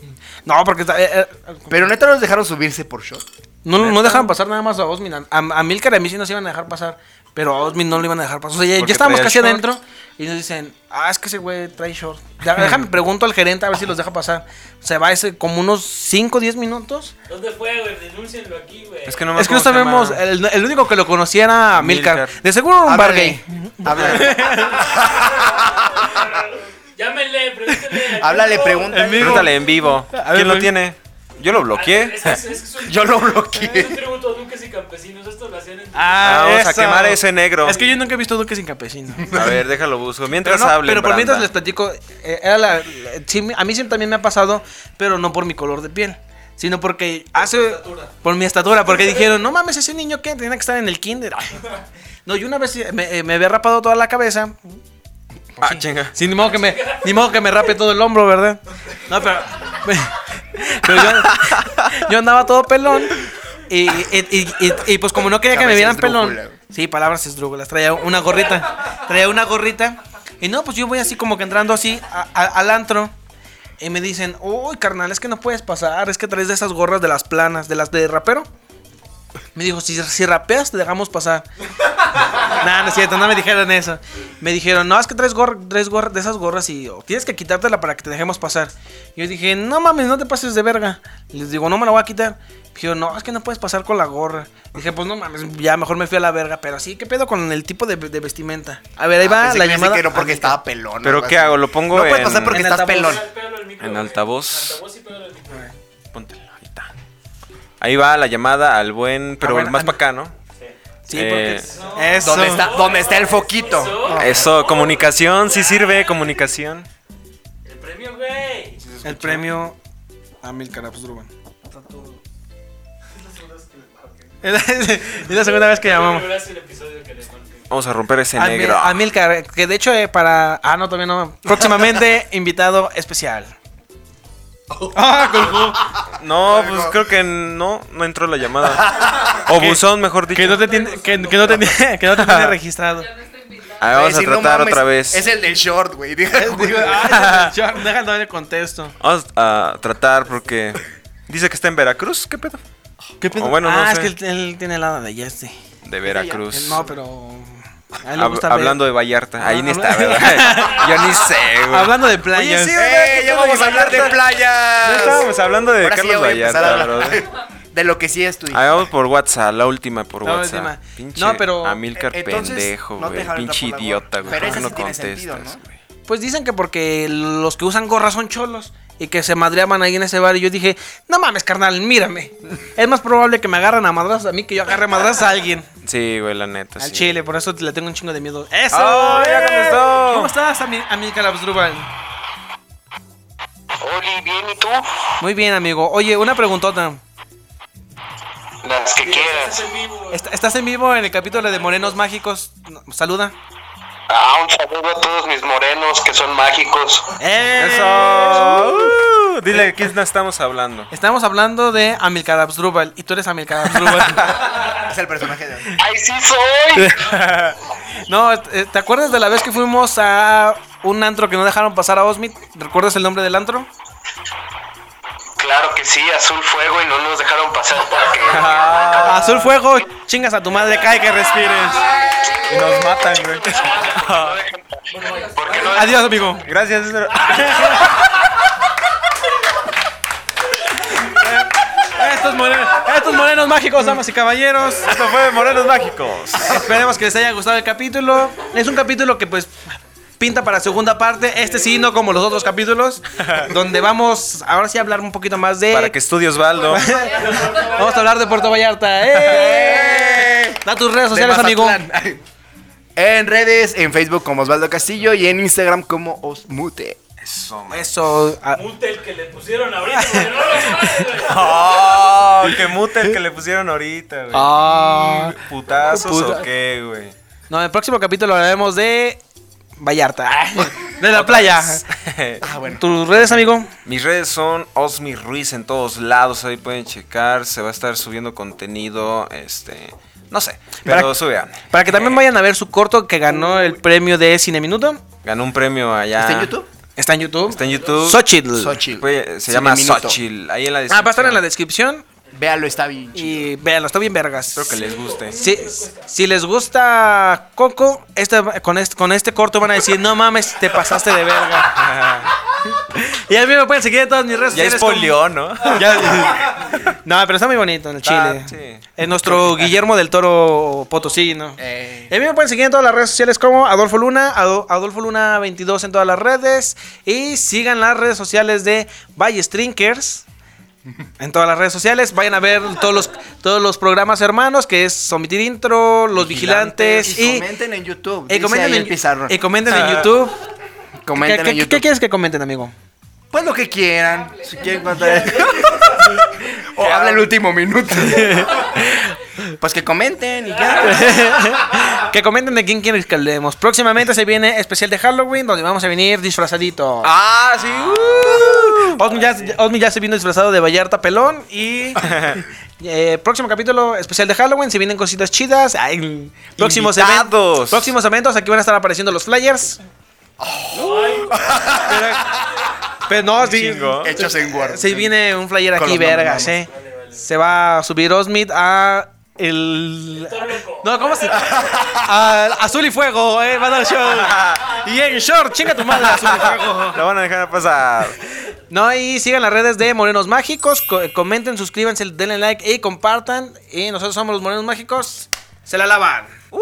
Speaker 5: No, porque está- eh, eh,
Speaker 6: Pero neta los dejaron subirse por short.
Speaker 5: No, no dejaron pasar nada más a Osmin. A, a Milcar y a mí sí nos iban a dejar pasar. Pero a Osmin no lo iban a dejar pasar. O sea, ya,
Speaker 3: Porque
Speaker 5: ya estábamos
Speaker 3: traía
Speaker 5: casi
Speaker 3: short.
Speaker 5: adentro. Y nos dicen, ah, es que ese güey trae short. Ya, Déjame, pregunto al gerente a ver si los deja pasar. Se va ese como unos 5 10 minutos.
Speaker 4: ¿Dónde fue, güey? Denúncienlo aquí, güey.
Speaker 3: Es que no me
Speaker 5: Es que no
Speaker 3: acuerdo cómo
Speaker 5: sabemos.
Speaker 3: se llama.
Speaker 5: El, el único que lo conocía era Milcar.
Speaker 3: Milcar.
Speaker 5: De seguro era un bar gay.
Speaker 6: Háblale.
Speaker 4: Llámenle, pregúntenle.
Speaker 6: Háblale, pregúntale.
Speaker 3: Pregúntale en vivo. ¿Quién lo tiene? Yo lo bloqueé.
Speaker 4: Es que es- es que es un-
Speaker 6: Yo lo
Speaker 4: Es un
Speaker 6: bloqueé.
Speaker 4: tributo a Duques y Campesinos. Esto lo hacían en.
Speaker 5: Ah,
Speaker 3: Vamos a
Speaker 5: eso.
Speaker 3: quemar a ese negro.
Speaker 5: Es que yo nunca he visto Duque sin campesino.
Speaker 3: A ver, déjalo busco.
Speaker 5: Pero,
Speaker 3: Mientras
Speaker 5: no,
Speaker 3: hablen,
Speaker 5: pero
Speaker 3: Branda.
Speaker 5: por mientras les platico, eh, era la- la- sí, a mí sí también me ha pasado, pero no por mi color de piel, sino porque hace... Por mi estatura, porque dijeron, no mames, ese niño que tiene que estar en el kinder. No, yo una vez eh, me, eh, me había rapado toda la cabeza.
Speaker 3: Ah, chinga.
Speaker 5: Sí, ni modo que me, ni modo que me rape todo el hombro, ¿verdad? No, pero... pero yo, yo andaba todo pelón. Y, y- y- y- y, pues como no quería que me
Speaker 6: Cabeza
Speaker 5: vieran pelón.
Speaker 6: esdrújula.
Speaker 5: Sí, palabras esdrújulas. Traía una gorrita. Traía una gorrita. Y no, pues yo voy así como que entrando así a- a- al antro. Y me dicen, uy, carnal, es que no puedes pasar. Es que traes de esas gorras de las planas, de las de rapero. Me dijo, si, si rapeas, te dejamos pasar. no, no es cierto, no me dijeron eso. Me dijeron, no, es que traes, gorra, traes gorra- de esas gorras y oh, tienes que quitártela para que te dejemos pasar. Yo dije, no mames, no te pases de verga. Les digo, no me la voy a quitar. Dijeron, no, es que no puedes pasar con la gorra. Dije, pues no mames, ya mejor me fui a la verga. Pero sí, ¿qué pedo con el tipo de, de vestimenta? A ver, ahí va
Speaker 6: Ah, Pensé
Speaker 5: la
Speaker 6: que
Speaker 5: llamada.
Speaker 6: que no porque
Speaker 5: Ah,
Speaker 6: estaba pelón.
Speaker 3: ¿Pero
Speaker 6: algo
Speaker 3: qué
Speaker 6: así.
Speaker 3: hago? ¿Lo pongo
Speaker 6: No puedes
Speaker 3: en-
Speaker 6: pasar porque
Speaker 5: en
Speaker 6: estás
Speaker 5: altavoz.
Speaker 6: pelón.
Speaker 3: En altavoz.
Speaker 4: altavoz y pégalo al micro. güey.
Speaker 3: Póntelo, ahí está. Ahí va la llamada al buen, pero
Speaker 5: Ah, bueno,
Speaker 3: el más
Speaker 5: a-
Speaker 3: para acá, ¿no?
Speaker 5: Sí,
Speaker 3: Eh,
Speaker 5: porque. Eso.
Speaker 6: ¿Dónde está, dónde está el foquito?
Speaker 3: Eso, comunicación, sí sirve, comunicación.
Speaker 4: El premio, güey.
Speaker 5: El premio. A Milcar Absdruban. es la segunda vez que llamamos.
Speaker 4: Verás el episodio que le marqué.
Speaker 3: Vamos a romper ese
Speaker 5: Amil-
Speaker 3: negro.
Speaker 5: Amilcar, que de hecho eh, para... Ah, no, todavía no. Próximamente, invitado especial. Ah, colgó.
Speaker 3: No, pues creo que no, no entró la llamada. O buzón, mejor dicho.
Speaker 5: Que no te tiene, que, que no te tiene- que no te tiene registrado.
Speaker 3: A ver, vamos a
Speaker 6: Decir, no
Speaker 3: tratar
Speaker 6: mames,
Speaker 3: otra vez.
Speaker 6: Es el del short, güey. diga, güey.
Speaker 5: Digo, ah, yo- déjalo en el contexto.
Speaker 3: Vamos a tratar porque dice que está en Veracruz, ¿qué pedo?
Speaker 5: ¿Qué
Speaker 3: pedo? bueno, no
Speaker 5: ah, es
Speaker 3: sé.
Speaker 5: que él, él tiene el lado de Jesse.
Speaker 3: De Veracruz.
Speaker 5: No, pero... a él le
Speaker 3: Hab-
Speaker 5: gusta ver-
Speaker 3: hablando de Vallarta,
Speaker 6: Ah,
Speaker 3: ahí ni
Speaker 5: habla-
Speaker 3: está, ¿verdad? Yo ni sé, güey.
Speaker 5: Hablando de playas.
Speaker 3: sí, ¿verdad?
Speaker 6: ¡Eh,
Speaker 3: ¿Qué
Speaker 6: ya
Speaker 3: pedo,
Speaker 6: vamos a hablar de
Speaker 3: Vallarta? Ya
Speaker 6: playas!
Speaker 3: estábamos hablando de
Speaker 6: Ahora sí
Speaker 3: Carlos
Speaker 6: ya voy a empezar a
Speaker 3: Vallarta,
Speaker 6: hablar
Speaker 3: brother.
Speaker 6: De lo que sí es tu hijo.
Speaker 3: Hagamos por WhatsApp, la última por
Speaker 5: La
Speaker 3: WhatsApp.
Speaker 5: última.
Speaker 3: Pinche
Speaker 5: No, pero-
Speaker 3: Amilcar
Speaker 6: Eh, entonces,
Speaker 3: pendejo,
Speaker 6: no te jales
Speaker 3: güey.
Speaker 6: la
Speaker 3: Pinche
Speaker 6: por la
Speaker 3: idiota, güey.
Speaker 6: Pero
Speaker 3: ¿Por qué
Speaker 6: ese
Speaker 3: no
Speaker 6: sí tiene sentido,
Speaker 3: contestas,
Speaker 6: ¿no?
Speaker 3: güey?
Speaker 5: Pues dicen que porque los que usan gorras son cholos y que se madreaban ahí en ese bar. Y yo dije, no mames, carnal, mírame. Es más probable que me agarren a madrazos a mí que yo agarre a madrazos a alguien.
Speaker 3: Sí, güey, la neta.
Speaker 5: Al
Speaker 3: sí.
Speaker 5: chile, por eso le tengo un chingo de miedo. ¡Eso!
Speaker 3: ¡Ah, ya
Speaker 5: ¡Eh!
Speaker 3: contestó!
Speaker 5: ¿Cómo estás, ami- amiga Labsdrubal?
Speaker 10: Oli, bien, ¿y tú?
Speaker 5: Muy bien, amigo. Oye, una preguntota.
Speaker 10: Las que quieras.
Speaker 5: Est- ¿Estás en vivo en el capítulo de Morenos Mágicos? No, Saluda.
Speaker 10: Ah, un saludo a todos mis morenos que son mágicos.
Speaker 5: ¡Eh!
Speaker 3: Eso. Uh, dile de quién estamos hablando.
Speaker 5: Estamos hablando de Amilcar Absdrubal y tú eres Amilcar Absdrubal.
Speaker 6: Es el personaje de.
Speaker 10: ¡Ay, sí soy!
Speaker 5: no, eh, ¿te acuerdas de la vez que fuimos a un antro que no dejaron pasar a Osmit? ¿Recuerdas el nombre del antro?
Speaker 10: Claro que sí, azul fuego y no nos dejaron pasar porque...
Speaker 5: Azul Fuego, chingas a tu madre, cae que respires.
Speaker 3: Y nos matan, güey.
Speaker 10: porque no
Speaker 5: Adiós, amigo.
Speaker 3: Gracias, Ezra.
Speaker 5: Estos morenos, estos morenos mágicos, damas y caballeros.
Speaker 3: Esto fue Morenos Mágicos.
Speaker 5: Esperemos que les haya gustado el capítulo. Es un capítulo que pues pinta para segunda parte. Este sí, no como los otros capítulos. Donde vamos ahora sí a hablar un poquito más de...
Speaker 3: Para que estudios Osvaldo.
Speaker 5: Vamos a hablar de Puerto Vallarta. ¡Eh! Da tus redes sociales,
Speaker 6: de
Speaker 5: amigo.
Speaker 6: Mazatlán. En redes, en Facebook como Osvaldo Castillo y en Instagram como Osmute.
Speaker 5: Eso. ah,
Speaker 4: Mute el que le pusieron ahorita, güey. No lo sabes, güey.
Speaker 3: Oh, que mute el que le pusieron ahorita, güey.
Speaker 5: ah.
Speaker 3: ¿Putazos
Speaker 5: Puta-
Speaker 3: o qué, güey?
Speaker 5: No, en el próximo capítulo hablaremos de Vallarta. De la playa. Tus redes, amigo.
Speaker 3: Mis redes son Osmi Ruiz en todos lados, ahí pueden checar, se va a estar subiendo contenido, este, no sé, pero
Speaker 5: Para-
Speaker 3: sube.
Speaker 5: Para que también vayan a ver su corto que ganó el premio de Cine Minuto.
Speaker 3: Ganó un premio allá.
Speaker 5: Ah.
Speaker 6: ¿Está en YouTube?
Speaker 5: Está en YouTube.
Speaker 3: Está en YouTube.
Speaker 5: Xochitl.
Speaker 6: Xochitl.
Speaker 3: Fue- se
Speaker 6: Cine
Speaker 3: llama
Speaker 6: Minuto.
Speaker 3: Xochitl, ahí en la
Speaker 5: Ah, va a estar en la
Speaker 3: descripción.
Speaker 5: descripción.
Speaker 6: Véalo, está bien. chido.
Speaker 5: Y véanlo, está bien vergas.
Speaker 3: Espero que les guste.
Speaker 5: Si, si les gusta Coco, este, con, este, con este corto van a decir, no mames, te pasaste de verga. y a mí me pueden seguir en todas mis redes
Speaker 3: Ya
Speaker 5: sociales.
Speaker 3: es polio, ¿no?
Speaker 5: como- Ya- no, pero está muy bonito en el Chile.
Speaker 3: Ah, sí.
Speaker 5: En nuestro Guillermo del Toro Potosí, ¿no?
Speaker 6: Eh,
Speaker 5: Y a mí me pueden seguir en todas las redes sociales como Adolfo Luna, Ado- Adolfo Luna 22 en todas las redes. Y sigan las redes sociales de Valle Strinkers. En todas las redes sociales, vayan a ver todos los, todos los programas hermanos, que es Somitir Intro, Los Vigilantes,
Speaker 6: y,
Speaker 5: y,
Speaker 6: comenten en YouTube.
Speaker 5: y
Speaker 6: dice
Speaker 5: comenten
Speaker 6: ahí
Speaker 5: en,
Speaker 6: el pizarrón.
Speaker 5: y comenten en YouTube. ¿Qué,
Speaker 6: comenten
Speaker 5: qué-
Speaker 6: en
Speaker 5: qué
Speaker 6: YouTube.
Speaker 5: quieres que comenten, amigo?
Speaker 6: Pues lo que quieran. Si quieren contar. o habla el último minuto. pues que comenten y ya.
Speaker 5: que comenten de quién quieres que hablemos. Próximamente se viene especial de Halloween, donde vamos a venir disfrazaditos.
Speaker 3: Ah, sí. uh.
Speaker 5: Osmi ya, Osmi ya se vino disfrazado de Vallarta Pelón y eh, próximo capítulo especial de Halloween, se vienen cositas chidas. Ay, próximos eventos.
Speaker 3: Invitados.
Speaker 5: Próximos eventos, aquí van a estar apareciendo los flyers. pero, pero no, sí,
Speaker 3: Chingo.
Speaker 6: Hechos en Word.
Speaker 5: sí viene un flyer
Speaker 6: Con
Speaker 5: aquí,
Speaker 6: los nombres,
Speaker 5: vergas,
Speaker 6: vamos.
Speaker 5: eh. Se va a subir Osmit a el... No, ¿cómo se...? a Azul y Fuego, eh, va a dar show. Y en short, chinga tu madre, Azul y Fuego.
Speaker 3: La van a dejar pasar.
Speaker 5: No, y sigan las redes de Morenos Mágicos. co- comenten, suscríbanse, denle like y compartan. Y nosotros somos los Morenos Mágicos. Se la lavan.
Speaker 3: Uh.